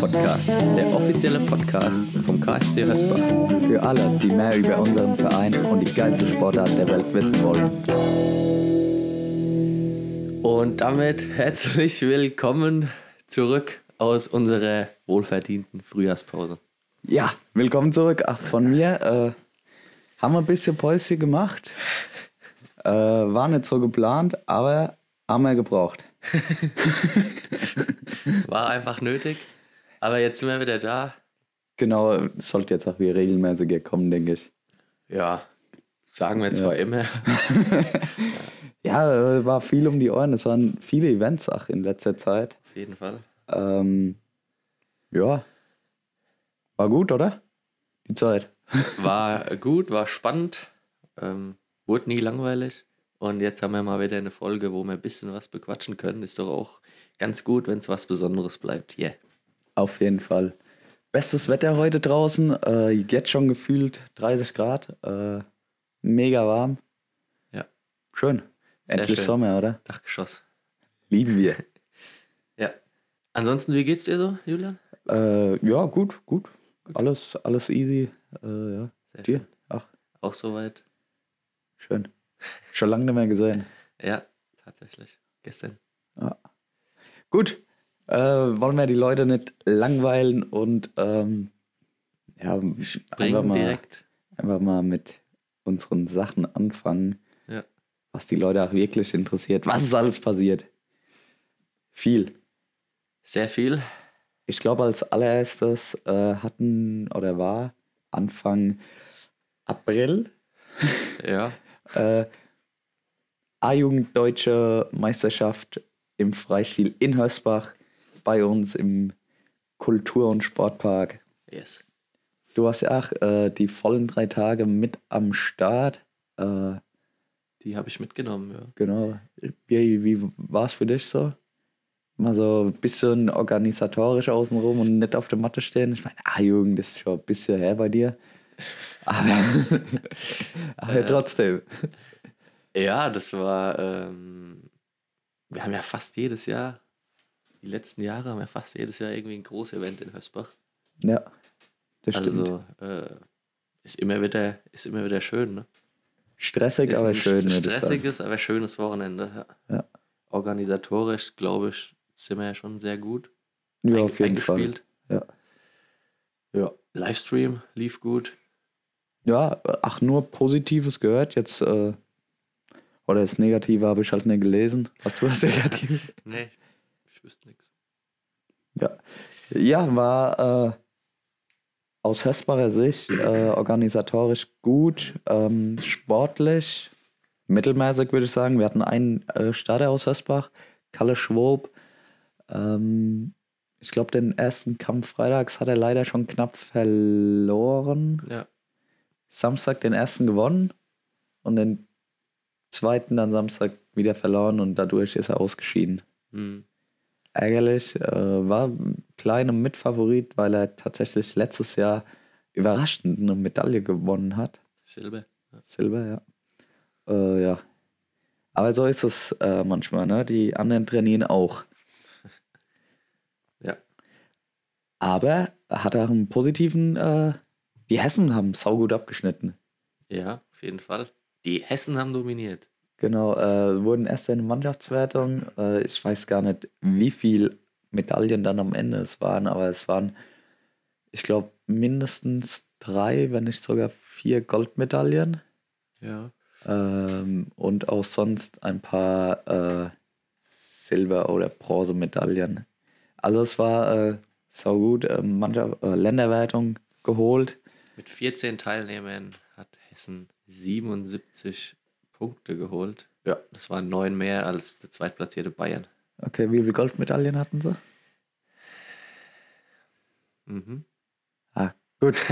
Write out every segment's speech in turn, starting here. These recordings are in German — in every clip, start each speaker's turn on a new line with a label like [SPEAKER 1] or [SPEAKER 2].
[SPEAKER 1] Podcast, der offizielle Podcast vom KSC Hösbach.
[SPEAKER 2] Für alle, die mehr über unseren Verein und die geilste Sportart der Welt wissen wollen.
[SPEAKER 1] Und damit herzlich willkommen zurück aus unserer wohlverdienten Frühjahrspause.
[SPEAKER 2] Ja, willkommen zurück. Ach, von mir äh, haben wir ein bisschen Päuschen gemacht. Äh, war nicht so geplant, aber haben wir gebraucht.
[SPEAKER 1] War einfach nötig. Aber jetzt sind wir wieder da.
[SPEAKER 2] Genau, sollte jetzt auch wieder regelmäßiger kommen, denke ich.
[SPEAKER 1] Ja, sagen wir jetzt ja. mal immer.
[SPEAKER 2] ja, war viel um die Ohren. Es waren viele Events auch in letzter Zeit.
[SPEAKER 1] Auf jeden Fall.
[SPEAKER 2] Ähm, ja. War gut, oder? Die Zeit.
[SPEAKER 1] war gut, war spannend. Ähm, wurde nie langweilig. Und jetzt haben wir mal wieder eine Folge, wo wir ein bisschen was bequatschen können. Ist doch auch ganz gut, wenn es was Besonderes bleibt. Yeah.
[SPEAKER 2] Auf jeden Fall. Bestes Wetter heute draußen. Äh, jetzt schon gefühlt 30 Grad. Äh, mega warm.
[SPEAKER 1] Ja.
[SPEAKER 2] Schön. Sehr Endlich schön. Sommer, oder?
[SPEAKER 1] Dachgeschoss.
[SPEAKER 2] Lieben wir.
[SPEAKER 1] ja. Ansonsten, wie geht's dir so, Julian?
[SPEAKER 2] Äh, ja, gut, gut, gut. Alles, alles easy. Äh, ja.
[SPEAKER 1] Sehr dir? Schön. Ach. Auch soweit.
[SPEAKER 2] Schön. Schon lange nicht mehr gesehen.
[SPEAKER 1] Ja, tatsächlich. Gestern.
[SPEAKER 2] Ja. Gut. Äh, wollen wir die Leute nicht langweilen und ähm, ja,
[SPEAKER 1] Springen einfach mal, direkt.
[SPEAKER 2] einfach mal mit unseren Sachen anfangen,
[SPEAKER 1] ja.
[SPEAKER 2] was die Leute auch wirklich interessiert. Was ist alles passiert? Viel.
[SPEAKER 1] Sehr viel.
[SPEAKER 2] Ich glaube, als allererstes äh, hatten oder war Anfang April.
[SPEAKER 1] Ja.
[SPEAKER 2] äh, A-Jugend Deutsche Meisterschaft im Freistil in Hösbach bei uns im Kultur- und Sportpark.
[SPEAKER 1] Yes.
[SPEAKER 2] Du warst ja auch äh, die vollen drei Tage mit am Start. Äh,
[SPEAKER 1] die habe ich mitgenommen, ja.
[SPEAKER 2] Genau. Wie, wie war es für dich so? Mal so ein bisschen organisatorisch außenrum und nicht auf der Matte stehen. Ich meine, A-Jugend ist schon ein bisschen her bei dir. Aber, aber äh, trotzdem.
[SPEAKER 1] Ja, das war. Ähm, wir haben ja fast jedes Jahr, die letzten Jahre haben wir fast jedes Jahr irgendwie ein großes Event in Hösbach.
[SPEAKER 2] Ja, das stimmt.
[SPEAKER 1] Also äh, ist, immer wieder, ist immer wieder schön, ne?
[SPEAKER 2] Stressig, ist aber schön. ne,
[SPEAKER 1] Stressiges, aber schönes Wochenende.
[SPEAKER 2] Ja. ja.
[SPEAKER 1] Organisatorisch, glaube ich, sind wir ja schon sehr gut.
[SPEAKER 2] Ja, auf jeden Fall. Ja.
[SPEAKER 1] ja. Livestream lief gut
[SPEAKER 2] ja, ach, nur Positives gehört. Jetzt, äh, oder das Negative habe ich halt nicht gelesen. Hast du was Negatives?
[SPEAKER 1] nee, ich wüsste nichts.
[SPEAKER 2] Ja. Ja, war äh, aus hörsbarer Sicht äh, organisatorisch gut, ähm, sportlich, mittelmäßig würde ich sagen. Wir hatten einen äh, Starter aus Hörsbach, Kalle Schwob. Ähm, ich glaube, den ersten Kampf freitags hat er leider schon knapp verloren.
[SPEAKER 1] Ja.
[SPEAKER 2] Samstag den ersten gewonnen und den zweiten dann Samstag wieder verloren und dadurch ist er ausgeschieden.
[SPEAKER 1] Mhm.
[SPEAKER 2] Ärgerlich, äh, war kleiner Mitfavorit, weil er tatsächlich letztes Jahr überraschend eine Medaille gewonnen hat.
[SPEAKER 1] Silber.
[SPEAKER 2] Ja. Silber, ja. Äh, ja. Aber so ist es äh, manchmal, ne? Die anderen trainieren auch.
[SPEAKER 1] ja.
[SPEAKER 2] Aber hat er einen positiven äh, die Hessen haben saugut abgeschnitten.
[SPEAKER 1] Ja, auf jeden Fall. Die Hessen haben dominiert.
[SPEAKER 2] Genau, äh, wurden erst in der Mannschaftswertung. Äh, ich weiß gar nicht, wie viel Medaillen dann am Ende es waren, aber es waren, ich glaube, mindestens drei, wenn nicht sogar vier Goldmedaillen.
[SPEAKER 1] Ja.
[SPEAKER 2] Ähm, und auch sonst ein paar äh, Silber- oder Bronzemedaillen. Also es war äh, saugut. Äh, Mannschaft, Länderwertung geholt.
[SPEAKER 1] Mit 14 Teilnehmern hat Hessen 77 Punkte geholt. Ja, das waren neun mehr als der zweitplatzierte Bayern.
[SPEAKER 2] Okay, wie viele Goldmedaillen hatten sie?
[SPEAKER 1] Mhm.
[SPEAKER 2] Ah, gut.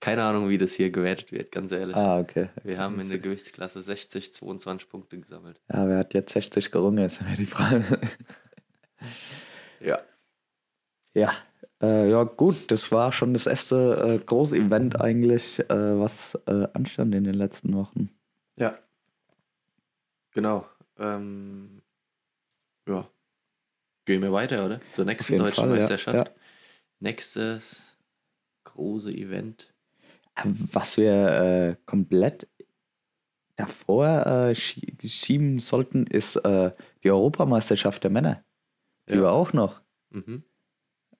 [SPEAKER 1] Keine Ahnung, wie das hier gewertet wird, ganz ehrlich.
[SPEAKER 2] Ah, okay.
[SPEAKER 1] Wir haben in der Gewichtsklasse 60, 22 Punkte gesammelt.
[SPEAKER 2] Ja, wer hat jetzt 60 gerungen, ist immer die Frage.
[SPEAKER 1] ja.
[SPEAKER 2] Ja, äh, ja, gut, das war schon das erste äh, große Event eigentlich, äh, was anstand in den letzten Wochen.
[SPEAKER 1] Ja. Genau. Ähm, ja. Gehen wir weiter, oder? Zur nächsten
[SPEAKER 2] jeden
[SPEAKER 1] deutschen
[SPEAKER 2] Fall, ja,
[SPEAKER 1] Meisterschaft.
[SPEAKER 2] ja.
[SPEAKER 1] Nächstes große Event.
[SPEAKER 2] Was wir äh, komplett davor äh, schie schieben sollten, ist äh, die Europameisterschaft der Männer. Die
[SPEAKER 1] Ja.
[SPEAKER 2] war auch noch.
[SPEAKER 1] Mhm.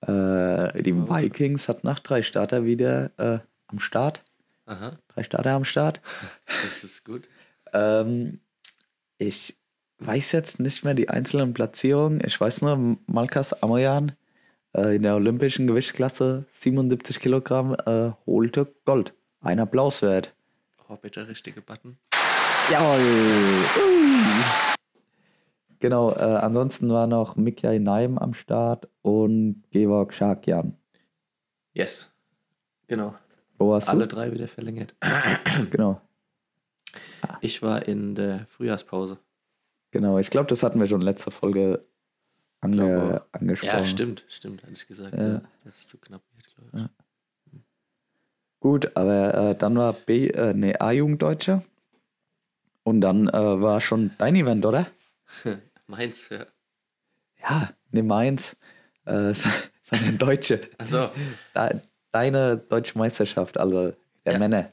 [SPEAKER 2] Äh, die
[SPEAKER 1] Oh.
[SPEAKER 2] Vikings hat nach drei Starter wieder äh, am Start.
[SPEAKER 1] Aha,
[SPEAKER 2] Drei Starter am Start.
[SPEAKER 1] das ist gut.
[SPEAKER 2] Ähm, ich weiß jetzt nicht mehr die einzelnen Platzierungen. Ich weiß nur, Malkas Amoyan äh, in der olympischen Gewichtsklasse 77 Kilogramm äh, holte Gold. Ein Applaus wert.
[SPEAKER 1] Oh, bitte richtige Button.
[SPEAKER 2] Jawohl! Genau, äh, ansonsten war noch Mikjai Naim am Start und Georg Sharkjan.
[SPEAKER 1] Yes. Genau.
[SPEAKER 2] Wo warst
[SPEAKER 1] Alle
[SPEAKER 2] du?
[SPEAKER 1] drei wieder verlängert.
[SPEAKER 2] Genau,
[SPEAKER 1] Ich war in der Frühjahrspause.
[SPEAKER 2] genau. Ich glaube, das hatten wir schon letzte Folge ange
[SPEAKER 1] Glaube
[SPEAKER 2] angesprochen.
[SPEAKER 1] Ja, stimmt, stimmt, hatte ich gesagt.
[SPEAKER 2] Ja.
[SPEAKER 1] Ja. Das ist zu knapp wird, glaube ich.
[SPEAKER 2] Ja. Gut, aber äh, dann war B, äh, nee, A-Jugenddeutsche. Und dann äh, war schon dein Event, oder?
[SPEAKER 1] Meins, ja.
[SPEAKER 2] Ja, ne, meins. Äh, seine Deutsche.
[SPEAKER 1] Achso,
[SPEAKER 2] De deine deutsche Meisterschaft, also der
[SPEAKER 1] Ja.
[SPEAKER 2] Männer.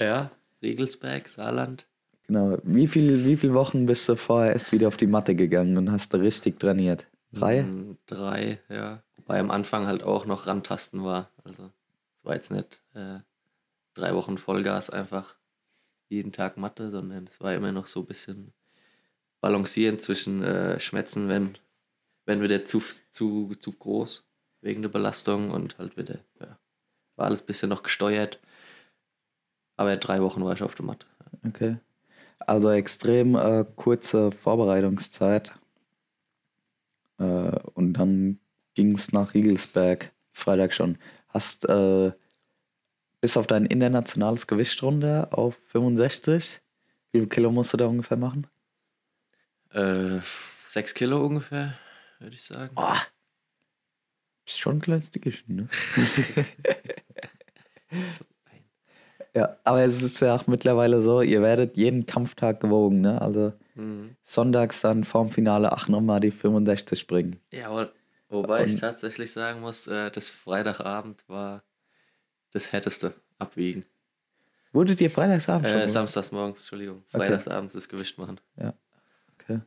[SPEAKER 1] ja, Regelsberg, Saarland.
[SPEAKER 2] Genau. Wie viel, wie viele Wochen bist du vorher erst wieder auf die Matte gegangen und hast du richtig trainiert? Drei?
[SPEAKER 1] Mm, Drei, ja. Wobei am Anfang halt auch noch Rantasten war. Also, es war jetzt nicht äh, drei Wochen Vollgas einfach jeden Tag Mathe, sondern es war immer noch so ein bisschen balancieren zwischen äh, Schmerzen, wenn, wenn wieder zu, zu, zu groß wegen der Belastung und halt wieder, ja, war alles ein bisschen noch gesteuert. Aber drei Wochen war ich auf der Matte.
[SPEAKER 2] Okay. Also extrem äh, kurze Vorbereitungszeit. Äh, und dann ging es nach Riegelsberg, Freitag schon. Hast äh, bis auf dein internationales Gewicht runter auf 65. Wie viel Kilo musst du da ungefähr machen?
[SPEAKER 1] Äh, sechs Kilo ungefähr, würde ich sagen.
[SPEAKER 2] Boah. Ist schon ein kleines Dickerchen, ne?
[SPEAKER 1] So ein
[SPEAKER 2] Ja, aber es ist ja auch mittlerweile so, ihr werdet jeden Kampftag gewogen, ne? Also
[SPEAKER 1] Mhm.
[SPEAKER 2] sonntags dann vorm Finale auch nochmal die 65 bringen.
[SPEAKER 1] Jawohl. Wobei ich
[SPEAKER 2] Und-
[SPEAKER 1] tatsächlich sagen muss, äh, das Freitagabend war das härteste Abwiegen.
[SPEAKER 2] Wurdet ihr freitagsabend schon?
[SPEAKER 1] Äh,
[SPEAKER 2] gewogen?
[SPEAKER 1] samstags morgens, Entschuldigung.
[SPEAKER 2] Okay.
[SPEAKER 1] Freitagsabends das Gewicht machen.
[SPEAKER 2] okay.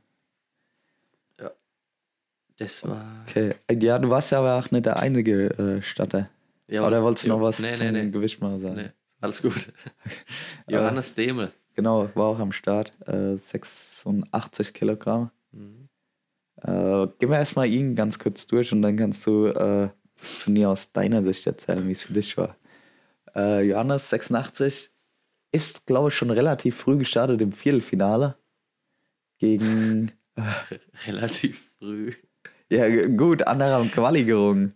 [SPEAKER 1] Das war.
[SPEAKER 2] Okay, Äh, ja, du warst ja aber auch nicht der einzige äh, Statter.
[SPEAKER 1] Jawohl.
[SPEAKER 2] Oder wolltest du Oh, noch
[SPEAKER 1] Jo-
[SPEAKER 2] was
[SPEAKER 1] Nee,
[SPEAKER 2] zum
[SPEAKER 1] nee, nee.
[SPEAKER 2] Gewicht mal sagen?
[SPEAKER 1] nee. Alles gut. Johannes Demel.
[SPEAKER 2] Genau, war auch am Start. Äh, 86 Kilogramm.
[SPEAKER 1] Mhm.
[SPEAKER 2] Äh, gehen wir erstmal ihn ganz kurz durch und dann kannst du äh, das Turnier aus deiner Sicht erzählen, wie es für dich war. Äh, Johannes 86 ist, glaube ich, schon relativ früh gestartet im Viertelfinale. Gegen,
[SPEAKER 1] Re- Relativ früh.
[SPEAKER 2] ja g- gut, andere haben Quali gerungen.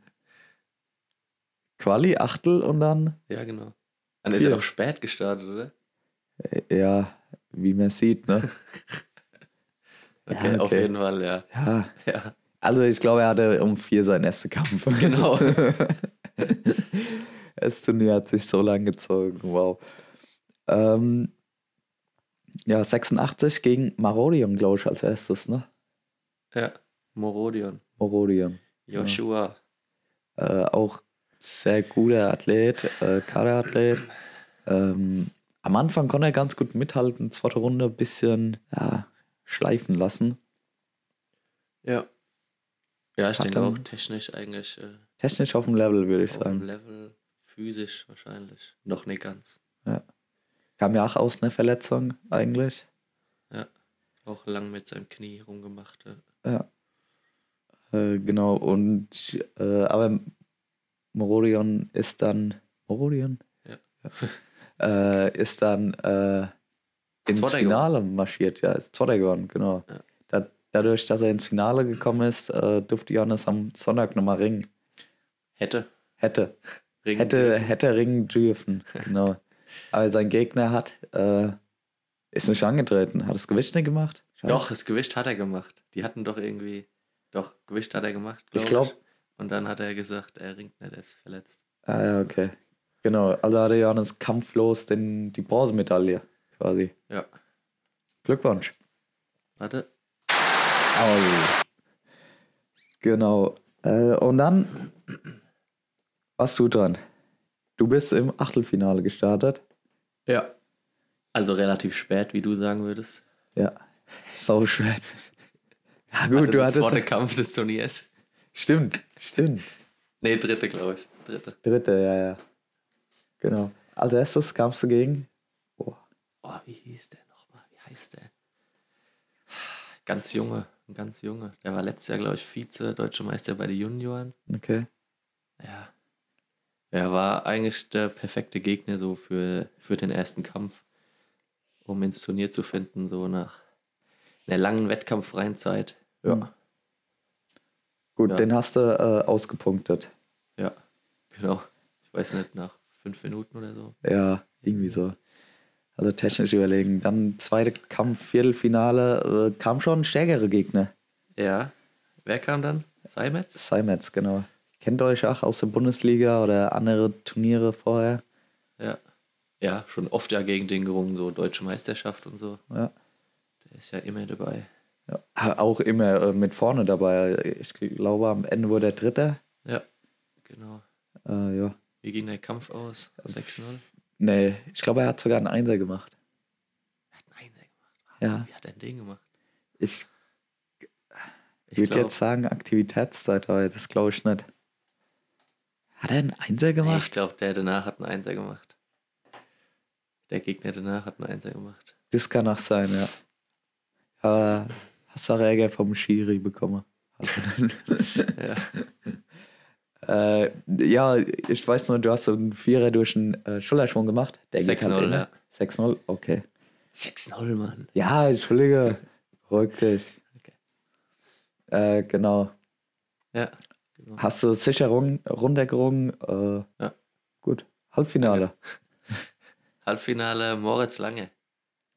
[SPEAKER 2] Quali, Achtel und dann,
[SPEAKER 1] Ja, genau. Dann ist er
[SPEAKER 2] Vier.
[SPEAKER 1] doch spät gestartet, oder?
[SPEAKER 2] äh, ja, wie man sieht, ne?
[SPEAKER 1] Okay, auf
[SPEAKER 2] okay.
[SPEAKER 1] jeden Fall, ja.
[SPEAKER 2] Ja,
[SPEAKER 1] ja.
[SPEAKER 2] also ich glaube, er hatte um vier seinen ersten Kampf.
[SPEAKER 1] Genau.
[SPEAKER 2] Das Turnier hat sich so lang gezogen, wow. Ähm, ja, 86 gegen Marodion, glaube ich, als erstes, ne?
[SPEAKER 1] ja. Morodion.
[SPEAKER 2] Marodion.
[SPEAKER 1] Joshua.
[SPEAKER 2] Äh, auch sehr guter Athlet, äh, Kaderathlet. Ähm, am Anfang konnte er ganz gut mithalten, zweite Runde ein bisschen ja, schleifen lassen.
[SPEAKER 1] Ja. Ja, ich
[SPEAKER 2] Hat
[SPEAKER 1] denke auch
[SPEAKER 2] dann-
[SPEAKER 1] technisch eigentlich. Äh,
[SPEAKER 2] Technisch auf dem Level, würde ich
[SPEAKER 1] Auf dem
[SPEAKER 2] sagen.
[SPEAKER 1] Level physisch wahrscheinlich. Noch nicht ganz.
[SPEAKER 2] Kam ja auch aus einer Verletzung eigentlich.
[SPEAKER 1] Auch lang mit seinem Knie rumgemacht. Ja.
[SPEAKER 2] Äh, genau, und äh, aber Morodion ist dann. Morodion?
[SPEAKER 1] Ja.
[SPEAKER 2] Ja. äh, ist dann äh, ins
[SPEAKER 1] Zweiter
[SPEAKER 2] Finale marschiert, ja, ist Zweiter geworden, genau.
[SPEAKER 1] Ja.
[SPEAKER 2] Da, dadurch, dass er ins Finale gekommen ist, äh, durfte Johannes am Sonntag nochmal ringen.
[SPEAKER 1] Hätte.
[SPEAKER 2] Hätte.
[SPEAKER 1] Ring
[SPEAKER 2] Hätte, hätte ringen dürfen, genau. aber sein Gegner hat, äh, ist nicht angetreten, hat das Gewicht nicht gemacht. Scheiße.
[SPEAKER 1] Doch, das Gewicht hat er gemacht. Die hatten doch irgendwie. Doch, Gewicht hat er gemacht.
[SPEAKER 2] Ich
[SPEAKER 1] glaub
[SPEAKER 2] glaub-
[SPEAKER 1] Und dann hat er gesagt, er ringt nicht, er ist verletzt.
[SPEAKER 2] Ah, ja, okay. Genau, also hatte Johannes kampflos den, die Bronzemedaille quasi.
[SPEAKER 1] Ja.
[SPEAKER 2] Glückwunsch.
[SPEAKER 1] Warte.
[SPEAKER 2] Au. Genau. Äh, und dann warst du dran. Du bist im Achtelfinale gestartet.
[SPEAKER 3] Ja.
[SPEAKER 1] Also relativ spät, wie du sagen würdest.
[SPEAKER 2] Ja. So schwer. Ja,
[SPEAKER 1] Hatte
[SPEAKER 2] gut, du
[SPEAKER 1] den
[SPEAKER 2] hattest.
[SPEAKER 1] Zweite Kampf des Turniers.
[SPEAKER 2] Stimmt, stimmt.
[SPEAKER 1] Nee, dritte, glaube ich. Dritte.
[SPEAKER 2] Dritte, ja, ja. Genau. Als erstes kamst du gegen. Boah.
[SPEAKER 1] Oh, wie hieß der nochmal? Wie heißt der? Ganz junge, ein ganz junge. Der war letztes Jahr, glaube ich, Vize-Deutsche Meister bei den Junioren.
[SPEAKER 2] Okay.
[SPEAKER 1] Ja. Er war eigentlich der perfekte Gegner so für, für den ersten Kampf, um ins Turnier zu finden, so nach einer langen wettkampffreien Zeit.
[SPEAKER 2] Ja. Gut,
[SPEAKER 1] Ja.
[SPEAKER 2] den hast du äh, ausgepunktet.
[SPEAKER 1] Ja, genau. Ich weiß nicht, nach fünf Minuten oder so.
[SPEAKER 2] Ja, irgendwie so. Also technisch überlegen. Dann zweite Kampf, Viertelfinale, äh, kam schon stärkere Gegner.
[SPEAKER 1] Ja. Wer kam dann? Seimetz?
[SPEAKER 2] Simetz, genau. Kennt ihr euch auch aus der Bundesliga oder andere Turniere vorher?
[SPEAKER 1] Ja. Ja, schon oft ja gegen den gerungen, so deutsche Meisterschaft und so.
[SPEAKER 2] Ja.
[SPEAKER 1] Der ist ja immer dabei.
[SPEAKER 2] ja. Auch immer äh, mit vorne dabei. Ich glaube, am Ende wurde er Dritter.
[SPEAKER 1] Ja, genau.
[SPEAKER 2] Äh, ja.
[SPEAKER 1] Wie ging der Kampf aus? 6-0?
[SPEAKER 2] Nee, ich glaube, er hat sogar einen Einser gemacht.
[SPEAKER 1] Er hat einen Einser gemacht.
[SPEAKER 2] Ja.
[SPEAKER 1] Wie hat er denn den gemacht?
[SPEAKER 2] Ich
[SPEAKER 1] Ich
[SPEAKER 2] würde
[SPEAKER 1] glaub-
[SPEAKER 2] jetzt sagen, Aktivitätszeit heute, das glaube ich nicht. Hat er einen Einser
[SPEAKER 1] Nee, ich
[SPEAKER 2] gemacht?
[SPEAKER 1] glaube, der danach hat einen Einser gemacht. Der Gegner danach hat einen Einser gemacht.
[SPEAKER 2] Das kann auch sein, ja. Aber hast du auch Ärger vom Schiri bekommen?
[SPEAKER 1] Ja,
[SPEAKER 2] Äh, ja, ich weiß nur, du hast so einen Vierer durch einen äh, Schulterschwung gemacht. Der geht halt
[SPEAKER 1] 6-0,
[SPEAKER 2] immer.
[SPEAKER 1] ja.
[SPEAKER 2] 6-0, okay.
[SPEAKER 1] 6-0, Mann.
[SPEAKER 2] Ja, Entschuldige. Beruhig dich.
[SPEAKER 1] Okay.
[SPEAKER 2] Äh, genau.
[SPEAKER 1] Ja, genau.
[SPEAKER 2] Hast du sicher run runtergerungen? Äh,
[SPEAKER 1] Ja.
[SPEAKER 2] Gut. Halbfinale.
[SPEAKER 1] Halbfinale Moritz Lange,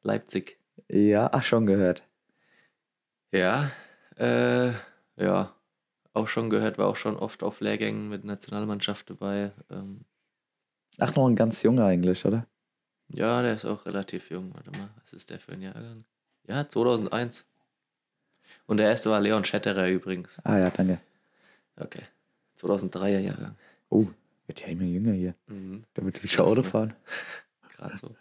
[SPEAKER 1] Leipzig.
[SPEAKER 2] Ja. ach, schon gehört.
[SPEAKER 1] Ja, äh, ja, auch schon gehört, war auch schon oft auf Lehrgängen mit Nationalmannschaft dabei. Ähm,
[SPEAKER 2] Ach, noch ein ganz junger eigentlich, oder?
[SPEAKER 1] ja, der ist auch relativ jung. Warte mal, was ist der für ein Jahrgang? Ja, 2001. Und der erste war Leon Schetterer übrigens.
[SPEAKER 2] Ah ja, danke.
[SPEAKER 1] Okay, 2003er Jahrgang.
[SPEAKER 2] Oh, wird ja immer jünger hier.
[SPEAKER 1] Mhm.
[SPEAKER 2] Damit
[SPEAKER 1] Das
[SPEAKER 2] ich
[SPEAKER 1] ist
[SPEAKER 2] schon
[SPEAKER 1] krass,
[SPEAKER 2] Auto
[SPEAKER 1] ne?
[SPEAKER 2] fahren.
[SPEAKER 1] Gerade so.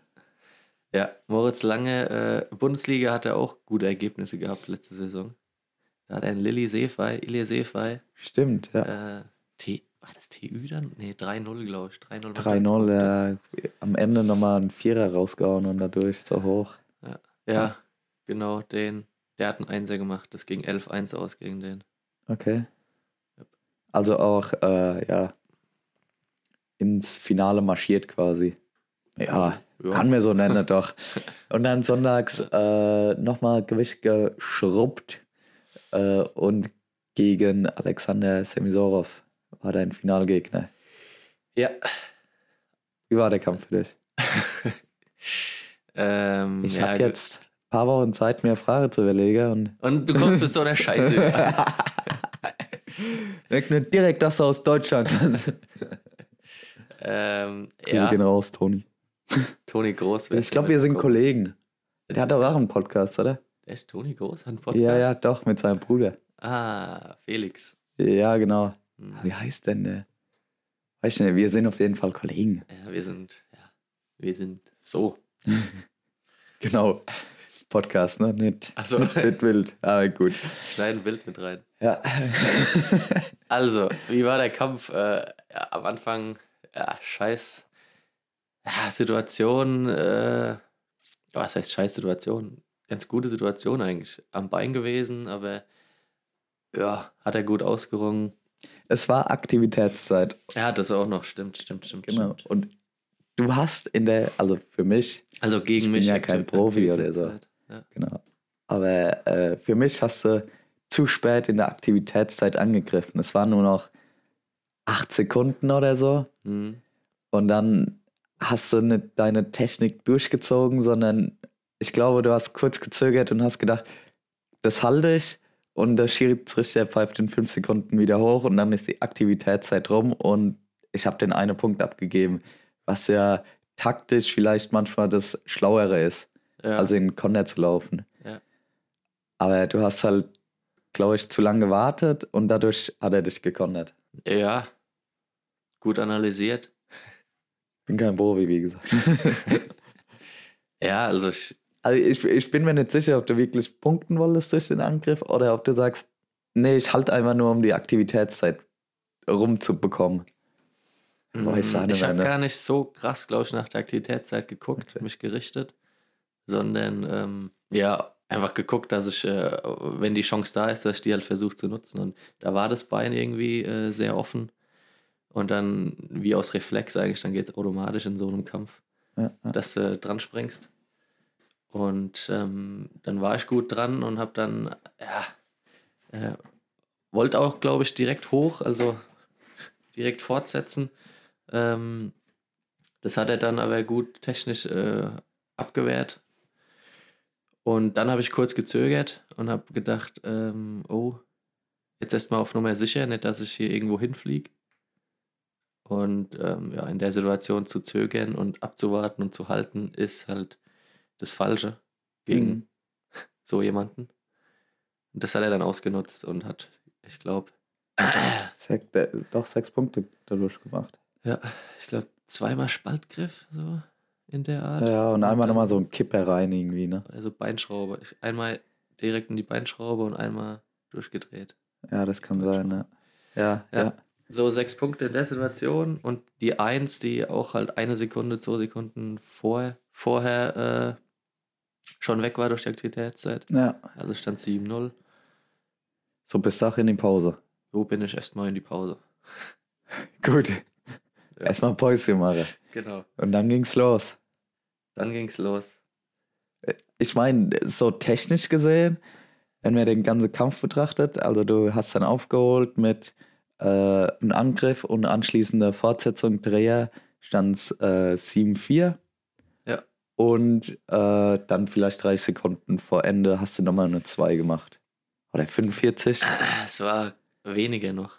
[SPEAKER 1] Ja, Moritz Lange, äh, Bundesliga hat er auch gute Ergebnisse gehabt letzte Saison. Da hat er einen Lilly Seefei, Ilya Seefei,
[SPEAKER 2] Stimmt, ja.
[SPEAKER 1] äh, T, war das TÜ dann? Nee, 3-0, glaube ich. 3-0. war das.
[SPEAKER 2] 3-0, äh, am Ende nochmal einen Vierer rausgehauen und dadurch so hoch.
[SPEAKER 1] Ja, genau, den. Der hat einen Einser gemacht. Das ging 11-1 aus gegen den.
[SPEAKER 2] Okay.
[SPEAKER 1] Yep.
[SPEAKER 2] Also auch, äh, ja, ins Finale marschiert quasi. Ja,
[SPEAKER 1] Ja.
[SPEAKER 2] kann mir so nennen, doch. Und dann sonntags äh, nochmal Gewicht geschrubbt äh, und gegen Alexander Semisorov war dein Finalgegner.
[SPEAKER 1] Ja.
[SPEAKER 2] Wie war der Kampf für dich?
[SPEAKER 1] Ähm,
[SPEAKER 2] Ich
[SPEAKER 1] ja,
[SPEAKER 2] habe
[SPEAKER 1] gu-
[SPEAKER 2] jetzt ein paar Wochen Zeit, mir Frage zu überlegen und
[SPEAKER 1] Und du kommst mit so einer Scheiße.
[SPEAKER 2] merk mir direkt, dass du aus Deutschland kannst.
[SPEAKER 1] ähm,
[SPEAKER 2] Grüße gehen
[SPEAKER 1] ja,
[SPEAKER 2] raus, Toni.
[SPEAKER 1] Toni Groß.
[SPEAKER 2] Also genau. Ich glaube, wir sind Kollegen. Der hat doch auch einen Podcast, oder?
[SPEAKER 1] Er ist Toni Groß, hat einen Podcast.
[SPEAKER 2] Ja, ja, doch, mit seinem Bruder.
[SPEAKER 1] Ah, Felix.
[SPEAKER 2] Ja, genau.
[SPEAKER 1] Hm.
[SPEAKER 2] Wie heißt denn der? Weiß ich nicht, wir sind auf jeden Fall Kollegen.
[SPEAKER 1] Ja, wir sind, ja, wir sind so.
[SPEAKER 2] Genau. Das ist Podcast, ne? Nicht,
[SPEAKER 1] Ach so.
[SPEAKER 2] nicht, nicht wild. Aber gut.
[SPEAKER 1] Schneiden Bild mit rein.
[SPEAKER 2] Ja.
[SPEAKER 1] Also, wie war der Kampf? Äh, ja, am Anfang, ja, scheiß ja, Situation, äh, was heißt scheiß Situation? Ganz gute Situation eigentlich. Am Bein gewesen, aber ja, hat er gut ausgerungen.
[SPEAKER 2] Es war Aktivitätszeit.
[SPEAKER 1] Ja, das auch noch. Stimmt, stimmt, stimmt.
[SPEAKER 2] Genau.
[SPEAKER 1] stimmt.
[SPEAKER 2] Und du hast in der, also für mich,
[SPEAKER 1] Also gegen
[SPEAKER 2] bin
[SPEAKER 1] mich.
[SPEAKER 2] ja kein
[SPEAKER 1] Aktiv-
[SPEAKER 2] Profi oder so.
[SPEAKER 1] Aktivitätszeit. Ja.
[SPEAKER 2] genau. Aber äh, für mich hast du zu spät in der Aktivitätszeit angegriffen. Es waren nur noch acht Sekunden oder so.
[SPEAKER 1] Hm.
[SPEAKER 2] Und dann hast du nicht deine Technik durchgezogen, sondern ich glaube, du hast kurz gezögert und hast gedacht, das halte ich. Und der Schiedsrichter pfeift in fünf Sekunden wieder hoch und dann ist die Aktivitätszeit rum und ich habe den einen Punkt abgegeben, was ja taktisch vielleicht manchmal das Schlauere ist,
[SPEAKER 1] Ja.
[SPEAKER 2] also in den Konter zu laufen.
[SPEAKER 1] Ja.
[SPEAKER 2] Aber du hast halt glaube ich, zu lange gewartet und dadurch hat er dich gekondert.
[SPEAKER 1] Ja, gut analysiert.
[SPEAKER 2] Bin kein Profi, wie gesagt.
[SPEAKER 1] Ja, also ich,
[SPEAKER 2] Also ich, ich bin mir nicht sicher, ob du wirklich punkten wolltest durch den Angriff oder ob du sagst, nee, ich halte einfach nur, um die Aktivitätszeit rumzubekommen. Boah, ich
[SPEAKER 1] hm, ich,
[SPEAKER 2] sahne ne?
[SPEAKER 1] habe
[SPEAKER 2] meine.
[SPEAKER 1] gar nicht so krass, glaube ich, nach der Aktivitätszeit geguckt, mich gerichtet, sondern ähm, ja, einfach geguckt, dass ich, äh, wenn die Chance da ist, dass ich die halt versuche zu nutzen. Und da war das Bein irgendwie äh, sehr offen. Und dann, wie aus Reflex eigentlich, dann geht es automatisch in so einem Kampf,
[SPEAKER 2] Ja, ja.
[SPEAKER 1] dass du dran springst. Und ähm, dann war ich gut dran und habe dann, ja, äh, wollte auch, glaube ich, direkt hoch, also direkt fortsetzen. Ähm, das hat er dann aber gut technisch äh, abgewehrt. Und dann habe ich kurz gezögert und habe gedacht, ähm, oh, jetzt erstmal auf Nummer sicher, nicht, dass ich hier irgendwo hinfliege. Und ähm, ja, in der Situation zu zögern und abzuwarten und zu halten, ist halt das Falsche gegen
[SPEAKER 2] Mhm.
[SPEAKER 1] so jemanden. Und das hat er dann ausgenutzt und hat, ich glaube,
[SPEAKER 2] Sech, der, doch sechs Punkte dadurch gemacht.
[SPEAKER 1] ja, ich glaube, zweimal Spaltgriff, so in der Art.
[SPEAKER 2] Ja, und einmal
[SPEAKER 1] dann-
[SPEAKER 2] nochmal so ein Kipper rein irgendwie, ne?
[SPEAKER 1] Also Beinschraube. Ich, einmal direkt in die Beinschraube und einmal durchgedreht.
[SPEAKER 2] Ja, das kann sein, ne? Ja,
[SPEAKER 1] Ja.
[SPEAKER 2] ja.
[SPEAKER 1] So sechs Punkte in der Situation und die Eins, die auch halt eine Sekunde, zwei Sekunden vor, vorher äh, schon weg war durch die Aktivitätszeit.
[SPEAKER 2] Ja.
[SPEAKER 1] Also stand 7-0.
[SPEAKER 2] So bis dahin in die Pause.
[SPEAKER 1] So bin ich erstmal in die Pause.
[SPEAKER 2] Gut.
[SPEAKER 1] Ja.
[SPEAKER 2] Erstmal Päuschen machen.
[SPEAKER 1] Genau.
[SPEAKER 2] Und dann ging's los.
[SPEAKER 1] Dann ging's los.
[SPEAKER 2] ich meine, so technisch gesehen, wenn man den ganzen Kampf betrachtet, also du hast dann aufgeholt mit äh, einem Angriff und anschließender Fortsetzung Dreher, stand es äh, 7-4.
[SPEAKER 1] Ja.
[SPEAKER 2] Und äh, dann vielleicht 30 Sekunden vor Ende hast du nochmal eine 2 gemacht. Oder 45.
[SPEAKER 1] Es war weniger noch.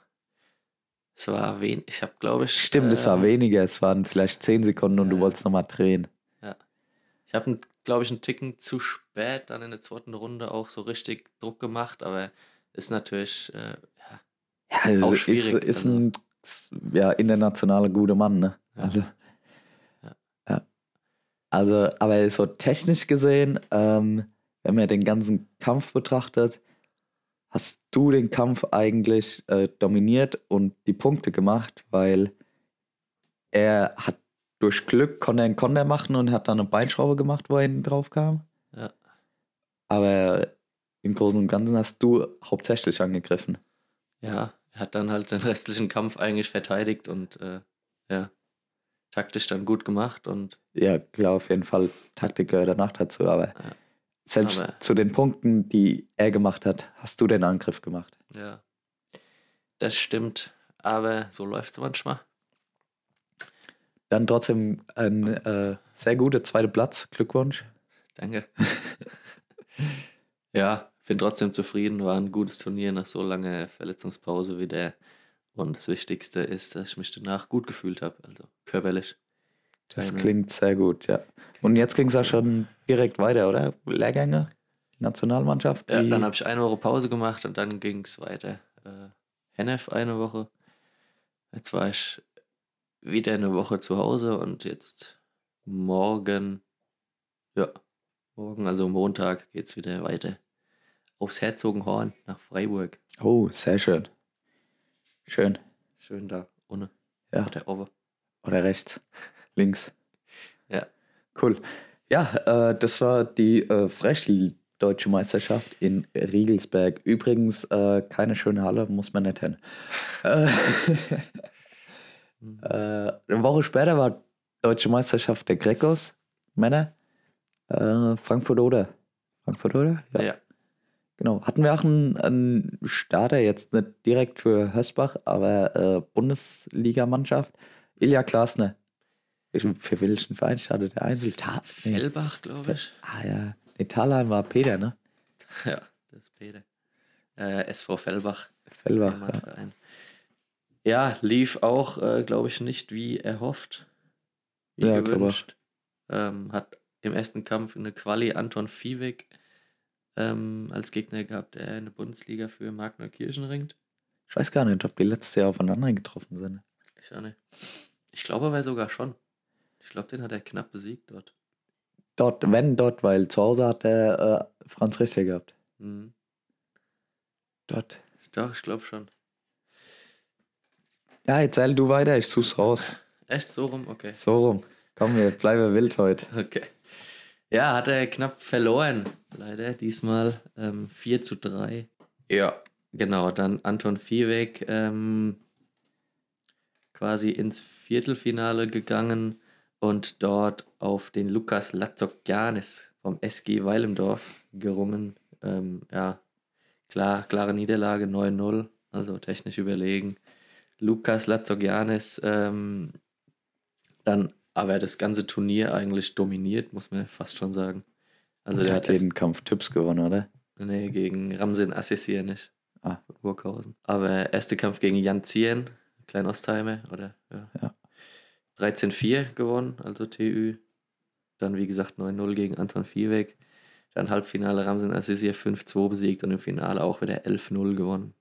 [SPEAKER 1] Es war wenig. Ich habe, glaube ich.
[SPEAKER 2] Stimmt, es war
[SPEAKER 1] ähm,
[SPEAKER 2] weniger, es waren vielleicht 10 Sekunden und du
[SPEAKER 1] ja.
[SPEAKER 2] wolltest nochmal drehen.
[SPEAKER 1] Ich habe, glaube ich, einen Ticken zu spät dann in der zweiten Runde auch so richtig Druck gemacht, aber ist natürlich, äh,
[SPEAKER 2] Ja, also
[SPEAKER 1] Auch
[SPEAKER 2] ist,
[SPEAKER 1] schwierig,
[SPEAKER 2] ist
[SPEAKER 1] also.
[SPEAKER 2] ein ja, internationaler guter Mann, ne?
[SPEAKER 1] Ja.
[SPEAKER 2] Also,
[SPEAKER 1] Ja.
[SPEAKER 2] ja. Also, aber so technisch gesehen, ähm, wenn man den ganzen Kampf betrachtet, hast du den Kampf eigentlich äh, dominiert und die Punkte gemacht, weil er hat durch Glück konnte er einen Konter machen und hat dann eine Beinschraube gemacht, wo er hinten drauf kam.
[SPEAKER 1] Ja.
[SPEAKER 2] Aber im Großen und Ganzen hast du hauptsächlich angegriffen.
[SPEAKER 1] ja, er hat dann halt den restlichen Kampf eigentlich verteidigt und äh, ja, taktisch dann gut gemacht und
[SPEAKER 2] Ja, klar, auf jeden Fall. Taktik gehört danach dazu, aber
[SPEAKER 1] Ja.
[SPEAKER 2] selbst
[SPEAKER 1] Aber-
[SPEAKER 2] zu den Punkten, die er gemacht hat, hast du den Angriff gemacht.
[SPEAKER 1] ja, das stimmt, aber so läuft es manchmal.
[SPEAKER 2] Dann trotzdem ein äh, sehr guter zweiter Platz. Glückwunsch.
[SPEAKER 1] Danke. ja, bin trotzdem zufrieden, war ein gutes Turnier nach so langer Verletzungspause wieder und das Wichtigste ist, dass ich mich danach gut gefühlt habe, also körperlich.
[SPEAKER 2] Das
[SPEAKER 1] Keine-
[SPEAKER 2] klingt sehr gut, ja. Und jetzt ging es ja schon direkt weiter, oder? Lehrgänge, Nationalmannschaft.
[SPEAKER 1] Ja,
[SPEAKER 2] die-
[SPEAKER 1] dann habe ich eine Woche Pause gemacht und dann ging es weiter. Äh, Hennef eine Woche. Jetzt war ich wieder eine Woche zu Hause und jetzt morgen, ja, morgen, also Montag, geht's wieder weiter. Aufs Herzogenhorn nach Freiburg.
[SPEAKER 2] oh, sehr schön. Schön.
[SPEAKER 1] Schön da, ohne.
[SPEAKER 2] Ja.
[SPEAKER 1] Der Owe.
[SPEAKER 2] Oder rechts. Links.
[SPEAKER 1] Ja.
[SPEAKER 2] Cool. Ja, äh, das war die äh, Frechtel-Deutsche Meisterschaft in Riegelsberg. Übrigens, äh, keine schöne Halle, muss man nicht hin. äh, äh, eine Woche später war Deutsche Meisterschaft der Grecos, Männer. Äh, Frankfurt oder? Frankfurt oder?
[SPEAKER 1] Ja.
[SPEAKER 2] Genau. Hatten wir auch einen, einen Starter jetzt nicht direkt für Hösbach, aber äh, Bundesligamannschaft. Ilja Klasner. Ich, für welchen Verein startet der Einzel? Ta nee.
[SPEAKER 1] Fellbach, glaube ich.
[SPEAKER 2] Ah ja. Nee, Thalheim war Peter, ne?
[SPEAKER 1] Ja, das ist Peter. Äh, SV Fellbach.
[SPEAKER 2] Fellbach. Ja.
[SPEAKER 1] Heimatverein. Ja, lief auch, äh, glaube ich, nicht wie erhofft. Wie
[SPEAKER 2] Ja,
[SPEAKER 1] gewünscht. Ähm, hat im ersten Kampf in der Quali Anton Fiewig ähm, als Gegner gehabt, der in der Bundesliga für Markneukirchen ringt.
[SPEAKER 2] Ich weiß gar nicht, ob die letztes Jahr aufeinander getroffen sind.
[SPEAKER 1] Ich auch nicht. Ich glaube aber sogar schon. Ich glaube, den hat er knapp besiegt dort.
[SPEAKER 2] Dort, wenn dort, weil zu Hause hat der äh, Franz Richter gehabt.
[SPEAKER 1] Hm.
[SPEAKER 2] Dort.
[SPEAKER 1] Doch, ich glaube schon.
[SPEAKER 2] Ja, erzähl du weiter, ich such's raus.
[SPEAKER 1] Echt so rum? Okay.
[SPEAKER 2] So rum. Komm, wir bleiben wild heute.
[SPEAKER 1] Okay. Ja, hat er knapp verloren. Leider diesmal ähm, 4 zu 3. Ja. Genau, dann Anton Viehweg ähm, quasi ins Viertelfinale gegangen und dort auf den Lukas Latzokianis vom SG Weilendorf gerungen. Ähm, ja, klar, klare Niederlage 9-0, also technisch überlegen. Lukas Latzogianis ähm, dann aber das ganze Turnier eigentlich dominiert, muss man fast schon sagen. Also der hat
[SPEAKER 2] jeden Kampf Tipps gewonnen, oder?
[SPEAKER 1] erst- nee, gegen Ramsin Assisier nicht.
[SPEAKER 2] Ah.
[SPEAKER 1] Von Burghausen. Aber erste Kampf gegen Jan Zien, Kleinostheimer, oder? Ja.
[SPEAKER 2] Ja.
[SPEAKER 1] 13-4 gewonnen, also TÜ. Dann, wie gesagt, 9-0 gegen Anton Viehweg. Dann Halbfinale Ramsin Assisier 5-2 besiegt und im Finale auch wieder 11-0 gewonnen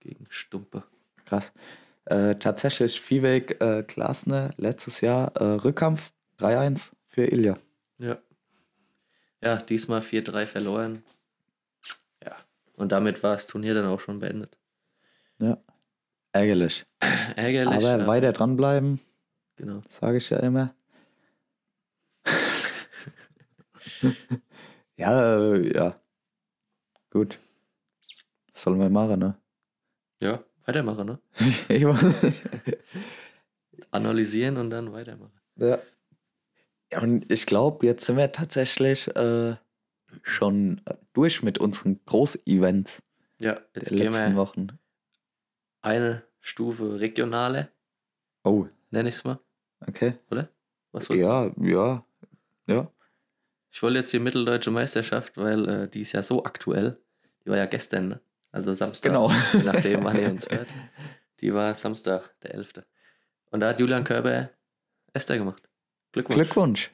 [SPEAKER 1] gegen Stumpe.
[SPEAKER 2] Krass. Äh, tatsächlich, Viehweg äh, Klasner letztes Jahr äh, Rückkampf 3-1 für Ilja.
[SPEAKER 1] Ja. Ja, diesmal 4-3 verloren. Ja. Und damit war das Turnier dann auch schon beendet.
[SPEAKER 2] Ärgerlich.
[SPEAKER 1] Ärgerlich.
[SPEAKER 2] aber weiter dranbleiben,
[SPEAKER 1] Genau.
[SPEAKER 2] sage ich ja immer. ja, äh, ja. Gut. Was sollen wir machen, ne?
[SPEAKER 1] Ja, weitermachen, ne? Analysieren und dann weitermachen.
[SPEAKER 2] Ja. ja und ich glaube, jetzt sind wir tatsächlich äh, schon durch mit unseren Groß-Events
[SPEAKER 1] Ja, jetzt
[SPEAKER 2] der
[SPEAKER 1] gehen
[SPEAKER 2] letzten
[SPEAKER 1] wir
[SPEAKER 2] Wochen.
[SPEAKER 1] eine Stufe regionale,
[SPEAKER 2] Oh,
[SPEAKER 1] nenne ich es mal.
[SPEAKER 2] okay.
[SPEAKER 1] Was wolltest du?
[SPEAKER 2] Ja, ja, ja.
[SPEAKER 1] Ich wollte jetzt die Mitteldeutsche Meisterschaft, weil äh, die ist ja so aktuell. Die war ja gestern, ne? Also Samstag.
[SPEAKER 2] Genau.
[SPEAKER 1] je nachdem, wann ihr uns hört. Die war Samstag, der 11. Und da hat Julian Körber Esther gemacht. Glückwunsch.
[SPEAKER 2] Glückwunsch.